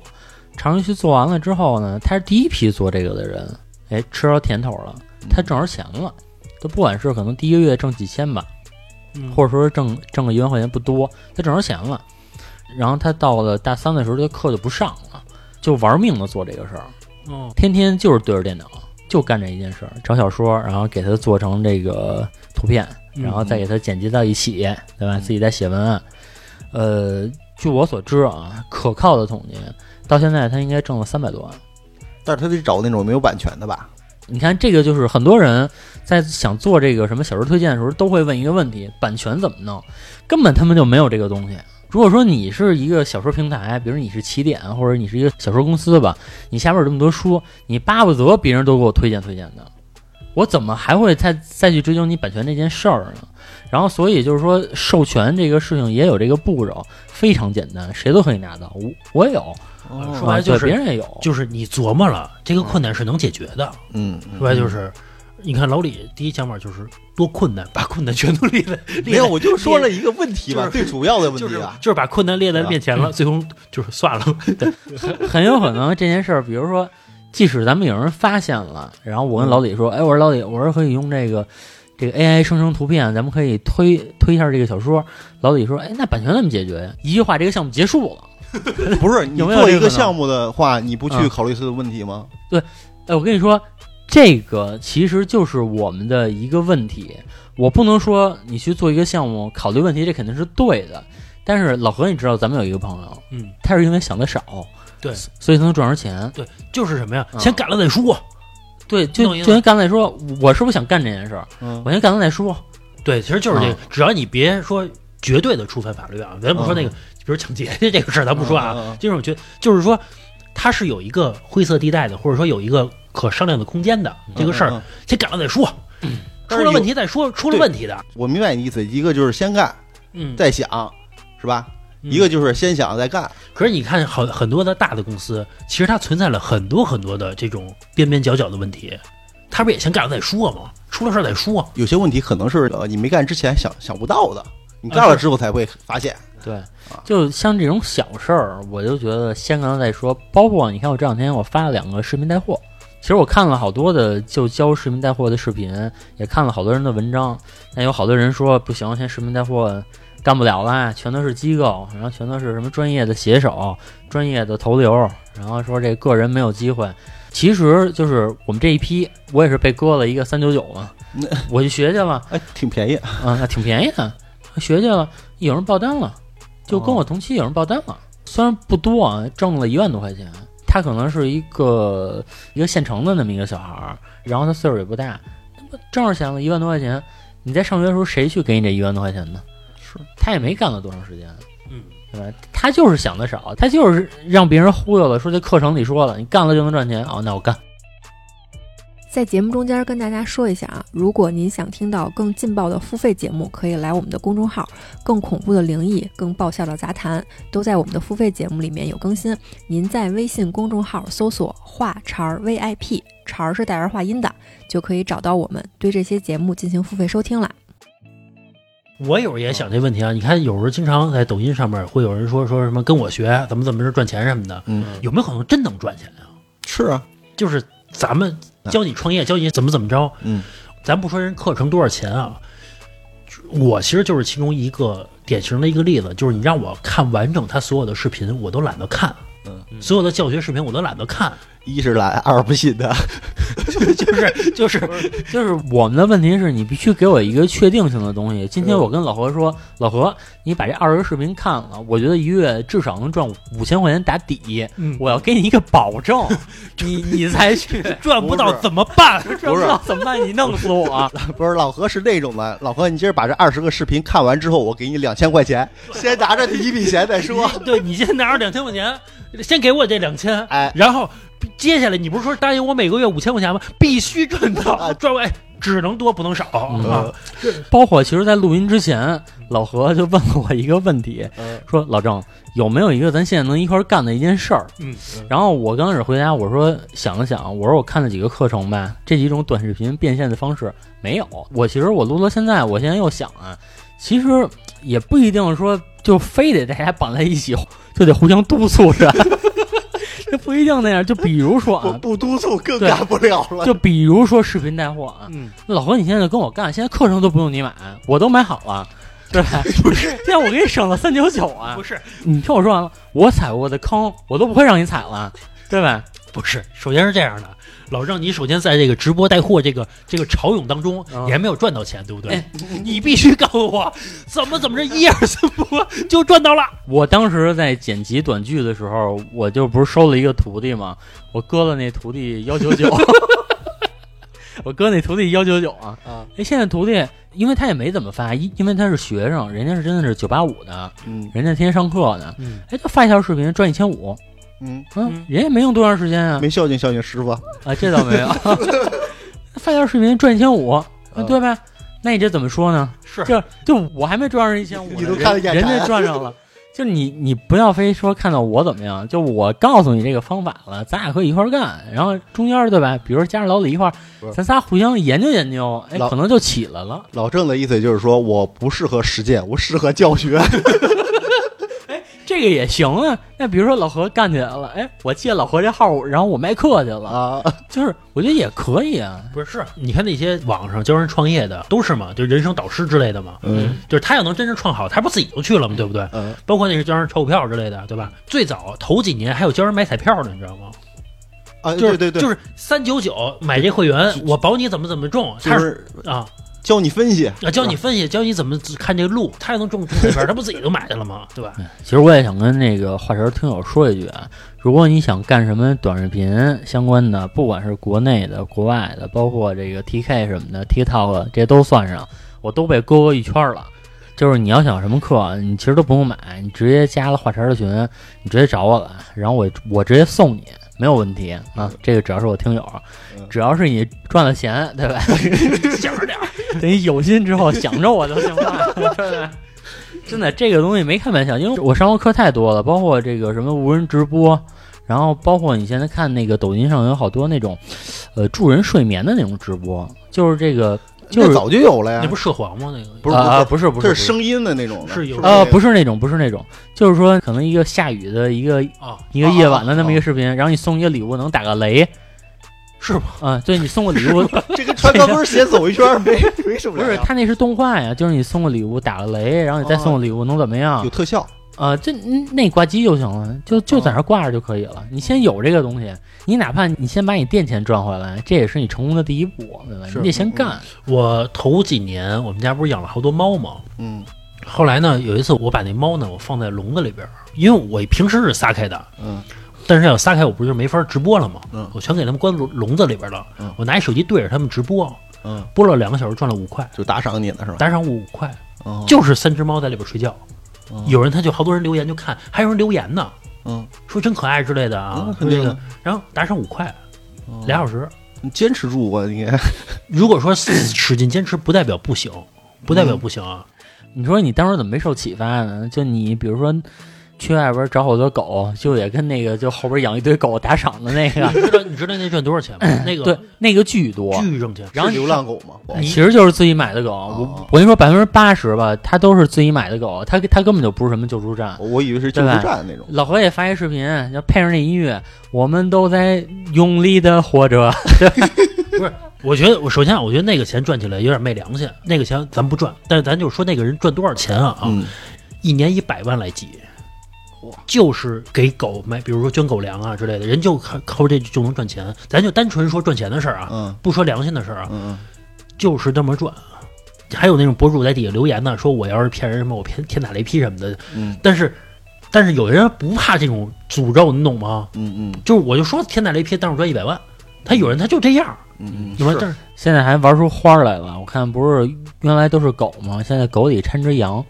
S2: 尝试去做完了
S3: 嗯
S2: 之后呢，他是第一批做这个的人，哎，吃着甜头了，他挣着钱了，他不管是可能第一个月挣几千吧，
S3: 嗯
S2: 或者说挣挣个一万块钱不多，他挣着钱了。然后他到了大三的时候，这课就不上了，就玩命的做这个事儿，
S3: 哦，
S2: 天天就是对着电脑就干这一件事儿，找小说，然后给他做成这个图片，
S3: 嗯
S2: 然后再给它剪辑到一起，对吧？自己再写文案。呃，据我所知啊，可靠的统计，到现在他应该挣了三百多万。
S4: 但是他得找那种没有版权的吧？
S2: 你看，这个就是很多人在想做这个什么小说推荐的时候，都会问一个问题：版权怎么弄？根本他们就没有这个东西。如果说你是一个小说平台，比如你是起点或者你是一个小说公司吧，你下面有这么多书，你巴不得别人都给我推荐推荐的，我怎么还会再再去追究你版权这件事儿呢？然后，所以就是说，授权这个事情也有这个步骤，非常简单，谁都可以拿到。我我也有，啊
S3: 说白了就
S2: 对别
S3: 呃
S2: 人
S3: 是
S2: 也有，
S3: 就是你琢磨了，这个困难是能解决的。
S4: 嗯，
S3: 说白了就是，你看老李第一想法就是多困难，把困难全都列在，列在
S4: 没有，我就说了一个问题
S3: 就
S4: 嘛，
S3: 是
S4: 最主要的问
S3: 就是
S4: 题啊，
S3: 就是把困难列在面前了，最终就是算了。
S2: 很有可能这件事儿，比如说，即使咱们有人发现了，然后我跟老李说，哎，我说老李，我说可以用这个这个 AI 生成图片，咱们可以推推一下这个小说。老李说，哎，那版权怎么解决呀？一句话，这个项目结束了。
S4: 不是你
S2: 有没有
S4: 做
S2: 这
S4: 一
S2: 个
S4: 个
S2: 可能
S4: 项目的话，你不去
S2: 嗯
S4: 考虑这个问题吗？
S2: 哎，我跟你说，这个其实就是我们的一个问题。我不能说你去做一个项目，考虑问题，这肯定是对的。但是老何，你知道咱们有一个朋友，
S3: [laughs] 嗯，
S2: 他是因为想的少，
S3: 对
S2: 所以才能赚着钱。
S3: 就是什么呀，
S2: 嗯
S3: 先干了再说。
S2: 对，就
S3: 弄一
S2: 就
S3: 个
S2: 跟刚才说，我是不是想干这件事儿？
S4: 嗯
S2: 我先干了再说。
S3: 对，其实就是这个
S2: 啊，
S3: 只要你别说绝对的触犯法律啊，咱不说那个，比如抢劫这个事儿，咱不说
S4: 嗯嗯嗯
S3: 啊
S4: 嗯，
S3: 这种觉就是说，它是有一个灰色地带的，或者说有一个可商量的空间的这个事
S4: 嗯嗯
S3: 儿，先干了再说，出
S4: 嗯但是
S3: 了
S4: 有
S3: 问题再说，出了
S4: 对嗯
S3: 问题的，
S4: 我明白你意思，一个就是先干
S3: 嗯，
S4: 再想，是吧？一个就是先想再干，
S3: 可是你看，好很多的大的公司，其实它存在了很多很多的这种边边角角的问题，他不是也先干了再说吗？出了事儿再说。
S4: 有些问题可能是呃你没干之前想想不到的，你干了之后才会发现。
S2: 对，就像这种小事儿，我就觉得先跟他再说。包括你看，我这两天我发了两个视频带货，其实我看了好多的就教视频带货的视频，也看了好多人的文章。但有好多人说不行，现在视频带货干不了啦，全都是机构，然后全都是什么专业的写手、专业的投流，然后说这个人没有机会。其实就是我们这一批，我也是被割了一个三九九嘛，我去学去了。
S4: 哎，挺便宜，
S2: 啊，那挺便宜的，学去了，有人爆单了，就跟我同期有人爆单了，虽然不多啊，挣了一万多块钱。他可能是一个一个县城的那么一个小孩儿，然后他岁数也不大，那不挣着钱了，一万多块钱，你在上学的时候谁去给你这一万多块钱呢？是，他也没干了多长时间，
S3: 嗯，
S2: 对吧？他就是想的少，他就是让别人忽悠了，说这课程里说了，你干了就能赚钱，哦，那我干。
S5: 在节目中间跟大家说一下啊，如果您想听到更劲爆的付费节目，可以来我们的公众号，更恐怖的灵异、更爆笑的杂谈，都在我们的付费节目里面有更新。您在微信公众号搜索“话茬儿 VIP”，茬儿是带儿化音的，就可以找到我们，对这些节目进行付费收听了。
S3: 我有时候也想这问题啊，你看有时候经常在抖音上面会有人说说什么跟我学怎么怎么着赚钱什么的，
S4: 嗯，
S3: 有没有可能真能赚钱啊？
S4: 是啊，
S3: 就是咱们教你创业，教你怎么怎么着，
S4: 嗯，
S3: 咱不说人课程多少钱啊，我其实就是其中一个典型的一个例子，就是你让我看完整他所有的视频，我都懒得看，嗯，所有的教学视频我都懒得看， [laughs]
S4: 一是懒，二不信的， [laughs]
S3: 就是就是
S2: [laughs] 就是我们的问题是你必须给我一个确定性的东西。今天我跟老何说，老何，你把这二十个视频看了，我觉得一月至少能赚五千块钱打底，
S3: 嗯
S2: 我要给你一个保证，你你才去。
S3: 赚不到怎么办？
S2: 不知道怎么办？你弄死我！
S4: 不是老何是那种的，老何，你今儿把这二十个视频看完之后，我给你两千块 [laughs] 钱，先拿着第一笔钱再说。
S3: 对你先拿着两千块钱，先给我这两千，
S4: 哎
S3: 然后接下来你不是说答应我每个月五千块钱吗？必须赚到，赚完哎只能多不能少啊！
S2: 包括其实，在录音之前，老何就问了我一个问题，
S4: 嗯
S2: 说老郑有没有一个咱现在能一块儿干的一件事儿？
S3: 嗯，
S2: 然后我刚开始回答，我说想了想，我说我看了几个课程吧，这几种短视频变现的方式没有。我其实我录到现在，我现在又想啊，其实也不 [laughs] 一定说就非得大家绑在一起，就得互相督促着。不一定那样。就比如说
S4: 我
S2: 啊，
S4: 不督促更
S2: 对
S4: 干不了了。
S2: 就比如说视频带货啊，
S4: 嗯，
S2: 老何，你现在就跟我干，现在课程都不用你买，我都买好了，对
S3: [laughs]
S2: 吧？不是， [laughs] 现在我给你省了三九九啊
S3: 不！是
S2: 你听我说完了，我踩过的坑，我都不会让你踩了，对吧？
S3: 不是，首先是这样的，老让你首先在这个直播带货这个这个潮涌当中，
S2: 嗯
S3: 你还没有赚到钱，对不对
S2: 哎？
S3: 你必须告诉我怎么怎么着，一二三播就赚到了。
S2: 我当时在剪辑短剧的时候，我就不是收了一个徒弟嘛，我割了那徒弟幺九九， [laughs] 我割那徒弟幺九九啊。
S4: 啊，
S2: 哎，现在徒弟，因为他也没怎么发，因因为他是学生，人家是真的是九八五的，
S4: 嗯
S2: 人家天天上课呢，
S3: 嗯
S2: 哎，就发一条视频赚一千五，
S4: 嗯，
S2: 嗯
S3: 嗯，
S2: 人也没用多长时间啊，
S4: 没孝敬孝敬师傅。
S2: [laughs] 啊，这倒没有，发条视频赚一千五，啊
S4: 嗯
S2: 对吧？那你这怎么说呢？
S3: 是
S2: 就就我还没赚上一千五呢，
S4: 你都看得
S2: 人
S4: 眼馋
S2: 人家赚上了。就你你不要非说看到我怎么样，就我告诉你这个方法了，咱俩可以一块儿干。然后中间儿对吧？比如加上老李一块儿
S4: 不是，
S2: 咱仨互相研究研究，哎，
S4: 老
S2: 可能就起来了。
S4: 老郑的意思就是说，我不适合实践，我适合教 [laughs] 学。
S2: 这个也行啊。那比如说老何干起来了，哎，我借老何这号，然后我卖课去了，
S4: 啊，
S2: 就是我觉得也可以啊。
S3: 不是是？你看那些网上教人创业的都是嘛，就人生导师之类的嘛，
S4: 嗯
S3: 就是他要能真正创好，他不自己就去了吗？对不对？
S4: 嗯，
S3: 包括那是教人炒股票之类的，对吧？最早头几年还有教人买彩票的，你知道吗？
S4: 啊，
S3: 就是
S4: 对对对，
S3: 就是三九九买这会员，我保你怎么怎么中，
S4: 就
S3: 他
S4: 是
S3: 啊
S4: 教你分析，
S3: 啊，教你分析，教你怎么看这路，他也能中中彩票，他不自己就买去了吗？对吧？
S4: 嗯
S2: 其实我也想跟那个话头听友说一句啊，如果你想干什么短视频相关的，不管是国内的、国外的，包括这个 TK 什么的、TikTok 这些都算上，我都被勾勾一圈了。就是你要想什么课，你其实都不用买，你直接加了话茬的群，你直接找我来，然后我我直接送你，没有问题啊。这个只要是我听友
S4: 嗯，
S2: 只要是你赚了钱，对吧？
S3: 想着点儿，
S2: 等你有心之后想着我就行了，对不对？真的，这个东西没开玩笑，因为我上过课太多了，包括这个什么无人直播，然后包括你现在看那个抖音上有好多那种，呃，助人睡眠的那种直播，就是这个就是
S4: 那早就有了呀
S3: 那。不是涉黄吗？那个
S4: 不是
S2: 啊啊不是不
S4: 不
S2: 是不
S4: 是，这是声音的那种的，
S3: 是有
S4: 吧
S2: 呃不是那种不是那种，就是说可能一个下雨的一个
S3: 啊，
S2: 一个夜晚的那么一
S4: 哦
S2: 个视频，然后你送一个礼物能打个雷，
S3: 是吗？
S2: 啊，对你送个礼
S4: [laughs]
S2: 物，
S4: 这跟穿高跟鞋走一圈儿没没什么
S2: 不是
S4: 两
S2: [laughs]
S4: 样
S2: 他那是动画呀，就是你送个礼物打个雷，然后你再
S4: 哦
S2: 送个礼物能怎么样？
S4: 有特效，
S2: 啊，这嗯那挂机就行了，就就
S4: 哦
S2: 在那儿挂着就可以了。你先有这个东西，你哪怕你先把你店钱赚回来，这也是你成功的第一步，对吧？
S4: 是
S2: 你得先
S4: 嗯
S2: 干。
S3: [laughs] 我头几年我们家不是养了好多猫吗？
S4: 嗯
S3: 后来呢，有一次我把那猫呢，我放在笼子里边儿，因为我平时是撒开的，
S4: 嗯
S3: 但是要撒开我不是就没法直播了吗？
S4: 嗯
S3: 我全给他们关笼笼子里边了。
S4: 嗯
S3: 我拿一手机对着他们直播，
S4: 嗯，
S3: 播了两个小时，赚了五块，
S4: 就打赏你了是吧？
S3: 打赏我五块，
S4: 嗯
S3: 就是三只猫在里边睡觉。
S4: 嗯
S3: 有人他就好多人留言就看，还有人留言呢，
S4: 嗯
S3: 说真可爱之类的啊，
S4: 嗯
S3: 说
S4: 肯
S3: 这
S4: 定
S3: 个
S4: 的，
S3: 然后打赏五块，
S4: 嗯
S3: 俩小时。
S4: 你坚持住啊你，
S3: 如果
S4: [clears throat]
S3: 说使劲坚持，不代表不行，不代表不行啊。
S2: 你说你当时怎么没受启发呢？就你比如说去外边找好多狗，就也跟那个就后边养一堆狗打赏的那个，
S4: 嗯
S3: 你知道你知道那赚多少钱吗？
S4: [clears throat]
S3: 那
S2: 对
S3: 个，
S2: 那个巨多。
S3: 巨挣钱。
S2: 然后
S4: 是
S2: 你
S4: 流浪狗吗？
S2: 哎其实就是自己买的狗，我
S4: 哦
S2: 我跟你说，百分之八十吧，它都是自己买的狗，它它根本就不是什么救助站。
S4: 我我以为是救助站那种，
S2: 老何也发一视频，要配上那音乐，我们都在用力的活着。
S3: 我觉得，我首先啊我觉得那个钱赚起来有点昧良心，那个钱咱不赚，但是咱就说那个人赚多少钱啊？啊，
S4: 嗯，
S3: 一年一百万来计
S4: 哇，
S3: 就是给狗买，比如说捐狗粮啊之类的，人就靠靠这就能赚钱。咱就单纯说赚钱的事儿啊，
S4: 嗯
S3: 不说良心的事儿啊，
S4: 嗯
S3: 就是这么赚。还有那种博主在底下留言呢，说我要是骗人什么，我骗天打雷劈什么的。
S4: 嗯
S3: 但是，但是有的人不怕这种诅咒，你懂吗？
S4: 嗯嗯
S3: 就是我就说天打雷劈，但是我赚一百万。他有人他就这样，
S4: 嗯嗯，
S3: 对吧？
S4: 是
S3: 但是
S2: 现在还玩出花来了，我看不是原来都是狗吗？现在狗里掺只羊，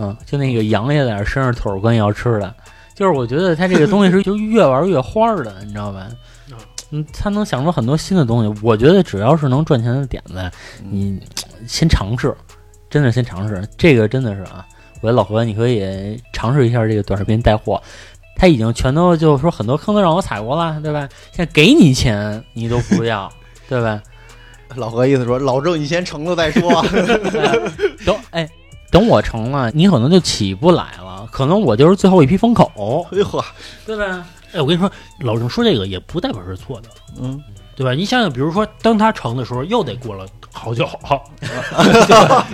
S2: 嗯，就那个羊也在那身上腿儿跟要吃的，就是我觉得它这个东西是就越玩越花儿的，你知道吧
S3: 嗯？
S2: 嗯，它能想出很多新的东西。我觉得只要是能赚钱的点子，你先尝试，真的先尝试，这个真的是啊，我觉得老何你可以尝试一下这个短视频带货。他已经全都就是说很多坑都让我踩过了，对吧？现在给你钱你都不要， [laughs] 对吧？
S4: 嗯老何意思说，老郑你先成了
S3: [laughs]
S4: 再说，哎
S2: [laughs] 等哎，等我成了，你可能就起不来了，可能我就是最后一批风口，
S4: 哎呦呵，
S2: 对吧？
S3: 哎，我跟你说，老郑说这个也不代表是错的，
S4: 嗯，
S3: 对吧？你想想，比如说，当他成的时候，又得过了好
S4: [laughs]
S3: 久，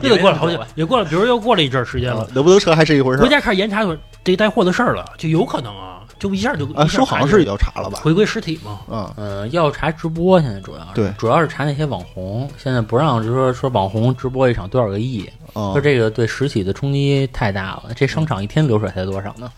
S3: 又得过了好久，也过了，比如又过了一阵儿时间了，
S4: 啊能不能成嗯还是一回事
S3: 回
S4: 儿
S3: 家开始严查这带货的事儿了，就有可能啊，就一下就
S4: 啊。
S3: 一下
S4: 说好像
S3: 查
S4: 是
S3: 就
S4: 要查了吧？
S3: 回归实体嘛，
S4: 啊，
S2: 嗯、要查直播，现在主要是
S4: 对
S2: 主要是查那些网红，现在不让就是说说网红直播一场多少个亿，
S4: 啊
S2: 说，这个对实体的冲击太大了，这商场一天流水才多少呢？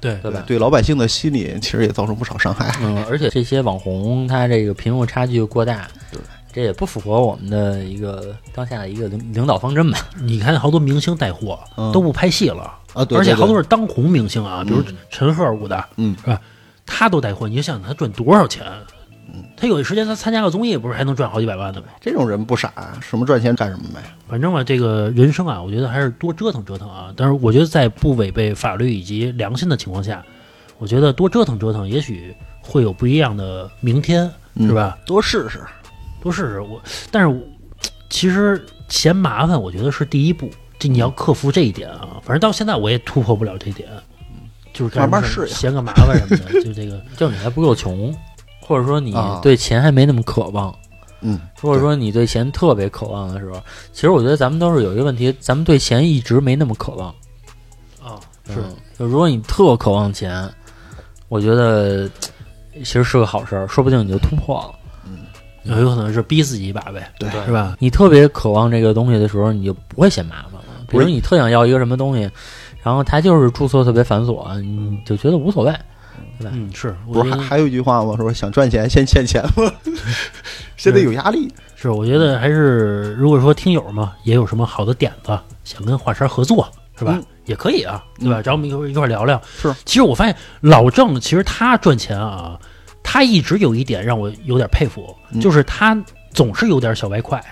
S3: 对
S2: 对吧？
S4: 对老百姓的心理其实也造成不少伤害。
S2: 嗯，而且这些网红他这个贫富差距过大，
S4: 对，
S2: 这也不符合我们的一个当下的一个领领导方针吧？
S3: 你看好多明星带货
S4: 嗯
S3: 都不拍戏了，
S4: 啊，对，
S3: 而且
S4: 对
S3: 好多
S4: 对
S3: 是当红明星啊，比如陈赫舞的，
S4: 嗯
S3: 是吧？他都带货，你就想想他赚多少钱？他有一时间他参加个综艺，不是还能赚好几百万呢吗？
S4: 这种人不傻，什么赚钱干什么呗。
S3: 反正吧，这个人生啊，我觉得还是多折腾折腾啊。但是我觉得在不违背法律以及良心的情况下，我觉得多折腾折腾，也许会有不一样的明天，
S4: 嗯
S3: 是吧？
S4: 多试试，
S3: 多试试我，但是我其实嫌麻烦，我觉得是第一步，这你要克服这一点啊。反正到现在我也突破不了这点，就是干什么
S4: 慢慢
S3: 事儿
S4: 适应
S3: 嫌个麻烦什么的，就这个。
S2: 就是你还不够穷，或者说你
S4: 啊
S2: 对钱还没那么渴望，
S4: 嗯，
S2: 或者说你对钱特别渴望的时候，其实我觉得咱们都是有一个问题，咱们对钱一直没那么渴望。
S3: 啊，
S2: 嗯，就如果你特渴望钱，我觉得嘖其实是个好事儿，说不定你就突破了。
S3: 有有可能是逼自己一把呗，
S4: 对
S1: 哎
S3: 是吧？
S2: 你特别渴望这个东西的时候，你就不会嫌麻烦了。比如
S4: 我
S2: 你特想要一个什么东西，然后它就是注册特别繁琐，你就觉得无所谓。
S3: 嗯，是，我
S4: 不
S3: 觉
S4: 是还
S3: 得
S4: 还有一句话吗？说想赚钱先欠钱吗？ [laughs] 现在有压力，
S3: 是，我觉得还是如果说听友嘛，也有什么好的点子，想跟华山合作，是吧？
S4: 嗯
S3: 也可以啊，对吧？找我们一块儿一块儿聊聊。
S4: 是，
S3: 其实我发现老郑其实他赚钱啊，他一直有一点让我有点佩服，
S4: 嗯
S3: 就是他总是有点小外快，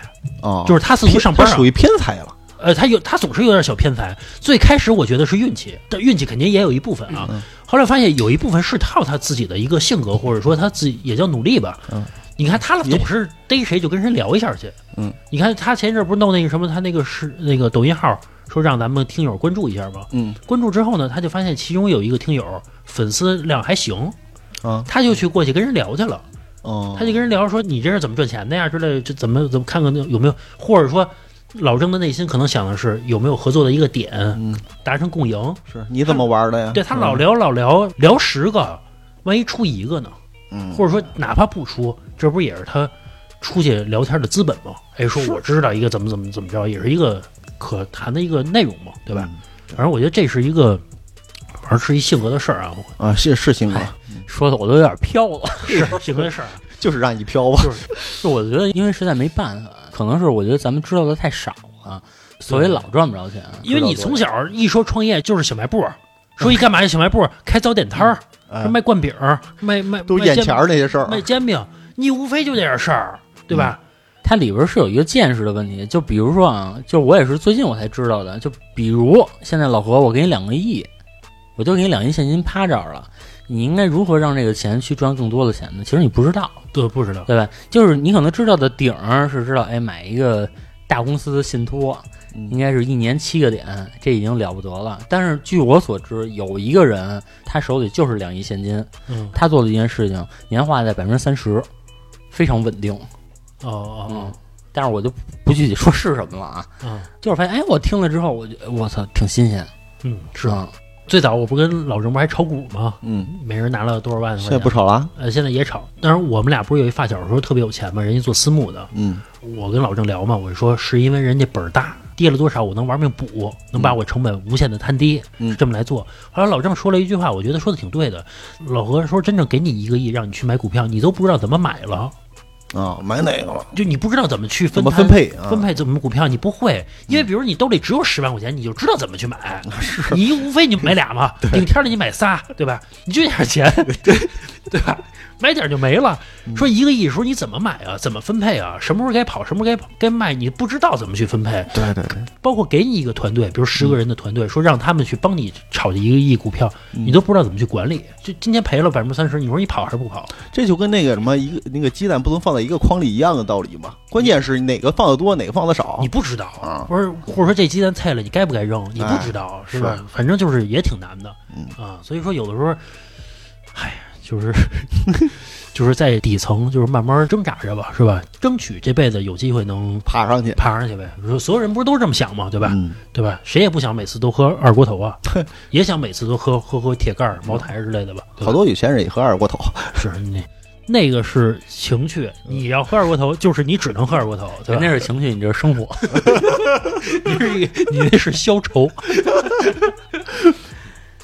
S4: 啊，
S3: 就是他似乎
S4: 偏
S3: 上班
S4: 他
S3: 啊
S4: 属，于偏财了。
S3: 呃，他有他总是有点小偏财。最开始我觉得是运气，但运气肯定也有一部分啊。
S4: 嗯
S3: 后来发现有一部分是靠他自己的一个性格，或者说他自己也叫努力吧。
S4: 嗯，
S3: 你看他总是逮谁就跟谁聊一下去。
S4: 嗯，
S3: 你看他前一阵不是弄那个什么，他那个是那个抖音号说让咱们听友关注一下吗？
S4: 嗯
S3: 关注之后呢，他就发现其中有一个听友粉丝量还行，
S4: 啊，
S3: 他就去过去跟人聊去了。
S4: 哦，
S3: 他就跟人聊说你这是怎么赚钱的呀之类的，这怎么怎么看看有没有，或者说老郑的内心可能想的是有没有合作的一个点，
S4: 嗯
S3: 达成共赢。
S4: 是你怎么玩的呀？
S3: 对他老聊老聊聊十个，万一出一个呢？
S4: 嗯，
S3: 或者说哪怕不出，这不也是他出去聊天的资本吗？哎，说我知道一个怎么怎么怎么着，也是一个可谈的一个内容嘛，对
S4: 嗯
S3: 吧？反正我觉得这是一个，反正是一性格的事儿啊，
S4: [laughs] 啊，是是性格，
S2: 说的我都有点飘了。
S3: [laughs] 是性格的
S4: [laughs]
S3: 事儿啊。
S4: 就是让你飘吧。
S2: 就我觉得，因为实在没办法，可能是我觉得咱们知道的太少了，所以老赚不着钱。
S3: 因为你从小一说创业就是小卖部儿，说一干嘛就小卖部儿，开早点摊儿，
S4: 哎
S3: 说卖灌饼儿，卖卖
S4: 都是
S3: 卖
S4: 眼
S3: 煎
S4: 前儿那些事儿啊嗯
S3: 卖，煎饼，你无非就这点事儿，对吧？
S2: 它里边是有一个见识的问题。就比如说啊，就我也是最近我才知道的。就比如现在老何，我给你两个亿，我就给你两亿现金趴这儿了，你应该如何让这个钱去赚更多的钱呢？其实你不知道，
S3: 对，不知道，
S2: 对吧？就是你可能知道的顶儿是知道，哎，买一个大公司的信托，
S4: 嗯
S2: 应该是一年七个点，这已经了不得了。但是据我所知，有一个人他手里就是两亿现金，
S3: 嗯，
S2: 他做的一件事情年化在百分之三十，非常稳定。
S3: 哦哦
S2: 但是我就不具体说是什么了啊，
S3: 哦，
S4: 嗯
S3: 啊，
S2: 就是发现，哎，我听了之后，我就我操，挺新鲜，
S3: 嗯，是
S2: 吧？
S3: 最早我不跟老郑不还炒股吗？
S4: 嗯，
S3: 每人拿了多少万块钱？
S4: 现在不炒了。啊
S3: 呃，现在也炒。当然，我们俩不是有一发小说特别有钱吗？人家做私募的，
S4: 嗯，
S3: 我跟老郑聊嘛，我说是因为人家本儿大，跌了多少我能玩命补，能把我成本无限的摊低，
S4: 嗯
S3: 是这么来做。后来老郑说了一句话，我觉得说的挺对的。老何说，真正给你一个亿让你去买股票，你都不知道怎么买了，
S4: 啊，买哪个了？
S3: 就你不知道怎么去分
S4: 怎么
S3: 摊
S4: 分、配啊？嗯
S3: 分配怎么股票，你不会。因为比如你兜里只有十万块钱，你就知道怎么去
S4: [laughs]
S3: 买，
S4: 啊是
S3: 你无非你就买俩
S4: [laughs]
S3: 嘛，顶天儿的你买仨，对吧？你就这点钱， [laughs] 对吧？买点儿就没了。
S4: 嗯
S3: 说一个亿的时候你怎么买啊？怎么分配啊？什么时候该跑，什么时候该该卖，你不知道怎么去分配。
S4: 对对嗯对，
S3: 包括给你一个团队，比如十个人的团队，说让他们去帮你炒这一个亿股票，
S4: 嗯
S3: 你都不知道怎么去管理。就今天赔了百分之三十，你说你跑还是不跑？
S4: 这就跟那个什么一个那个鸡蛋不能放在一个筐里一样的道理嘛。关键是哪个放的多，哪个放的少
S3: 你。不知道
S4: 啊
S3: 不是或者说这鸡蛋菜了，你该不该扔？你不
S4: 哎
S3: 知道、是吧？反正就是也挺难的，
S4: 嗯
S3: 啊，所以说有的时候，哎呀，就是 [laughs] 就是在底层，就是慢慢挣扎着吧，是吧？争取这辈子有机会能
S4: 爬上去，
S3: 爬上去呗。说所有人不是都这么想吗？对吧？
S4: 嗯，
S3: 对吧？谁也不想每次都喝二锅
S4: [laughs]
S3: 头啊，也想每次都喝喝喝铁盖儿、茅台之类的吧。对吧
S4: 嗯好多有钱人也喝二锅头，
S3: 是那那个是情趣，
S4: 嗯
S3: 你要喝二锅头，就是你只能喝二锅头，
S4: 哎
S3: 对吧？
S2: 嗯那是情绪，你这是生活。 [laughs]
S3: [laughs] 你是你那是消愁。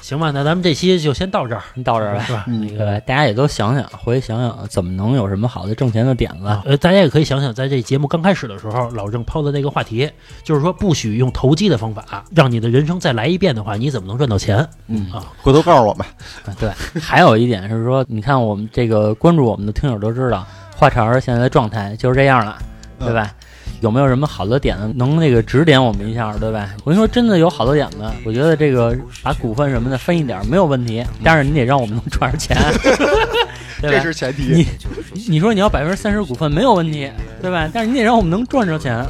S3: 行吧，那咱们这期就先到这儿，
S2: 你到这儿吧，
S3: 是吧？
S4: 嗯
S2: 对吧？大家也都想想，回去想想怎么能有什么好的挣钱的点子。
S3: 呃，大家也可以想想，在这节目刚开始的时候，老郑抛的那个话题，就是说不许用投机的方法，让你的人生再来一遍的话，你怎么能赚到钱？
S4: 嗯
S3: 啊，
S4: 回头告诉我们，
S2: 对，还有一点是说，你看我们这个关注我们的听友都知道，话茬儿现在的状态就是这样了，对吧？有没有什么好的点子能那个指点我们一下，对吧？我跟你说，真的有好多点子，我觉得这个把股份什么的分一点儿没有问题，但是你得让我们能赚着钱， [laughs] 对
S4: 这
S2: 吧？
S4: 是前提。
S2: 你你说你要百分之三十股份没有问题，对吧？但是你得让我们能赚着钱，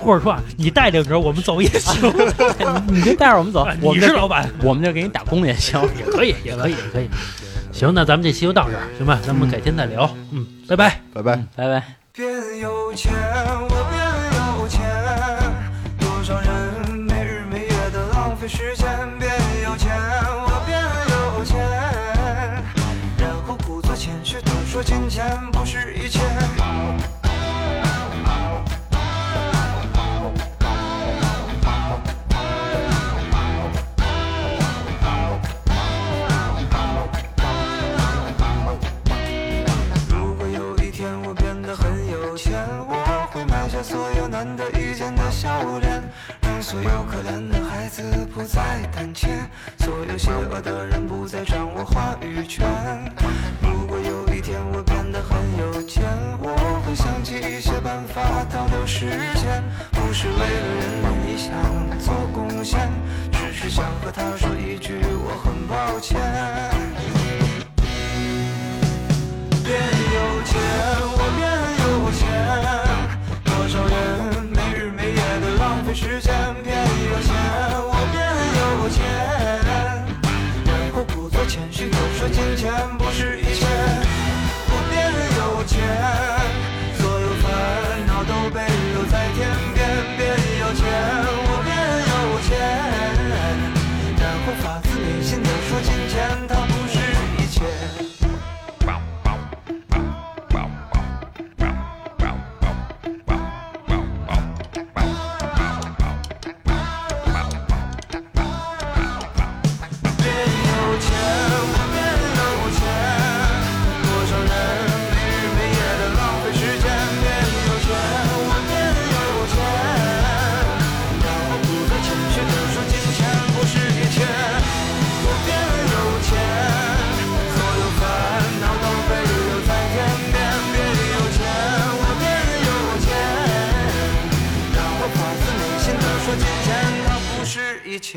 S3: 或者说啊你带领着我们走也 [laughs] 行，
S2: 你就带着我们走，我
S3: [laughs] 你
S2: 们
S3: 是
S2: 就
S3: 老板
S2: 我们就给你打工也行。 [laughs]
S3: 也可以，也可以，也可以。行，那咱们这期就到这儿，行吧？咱们改天再聊，嗯，拜拜。
S4: 拜拜。
S2: 拜拜。
S1: 变有钱，我变有钱。多少人没日没夜的浪费时间？变有钱，我变有钱。然后故作谦虚地说金钱不是一切。如果有一天我变得很有钱，我会买下所有难得一见的笑脸，让所有可怜的孩子不再胆怯，所有邪恶的人不再掌握话语权。如果有一天我变得很有钱，我会想起一些办法倒流时间，不是为了人的理想做贡献，只是想和他说一句我很抱歉。变有钱，我变有钱。多少人没日没夜的浪费时间？变有钱，我变有钱。然后故作谦虚地说金钱不是一切。我变有钱，所有烦恼都被留在天边。变有钱，我变有钱。然后发自内心地说金钱它不是一切。变有钱，我变有钱。多少人没日没夜的浪费时间，变有钱，我变有钱。让我不再谦虚地说金钱不是一切，我变有钱。所有烦恼都被留在天边，变有钱，我变有钱。让我发自内心地说金钱它不是一切。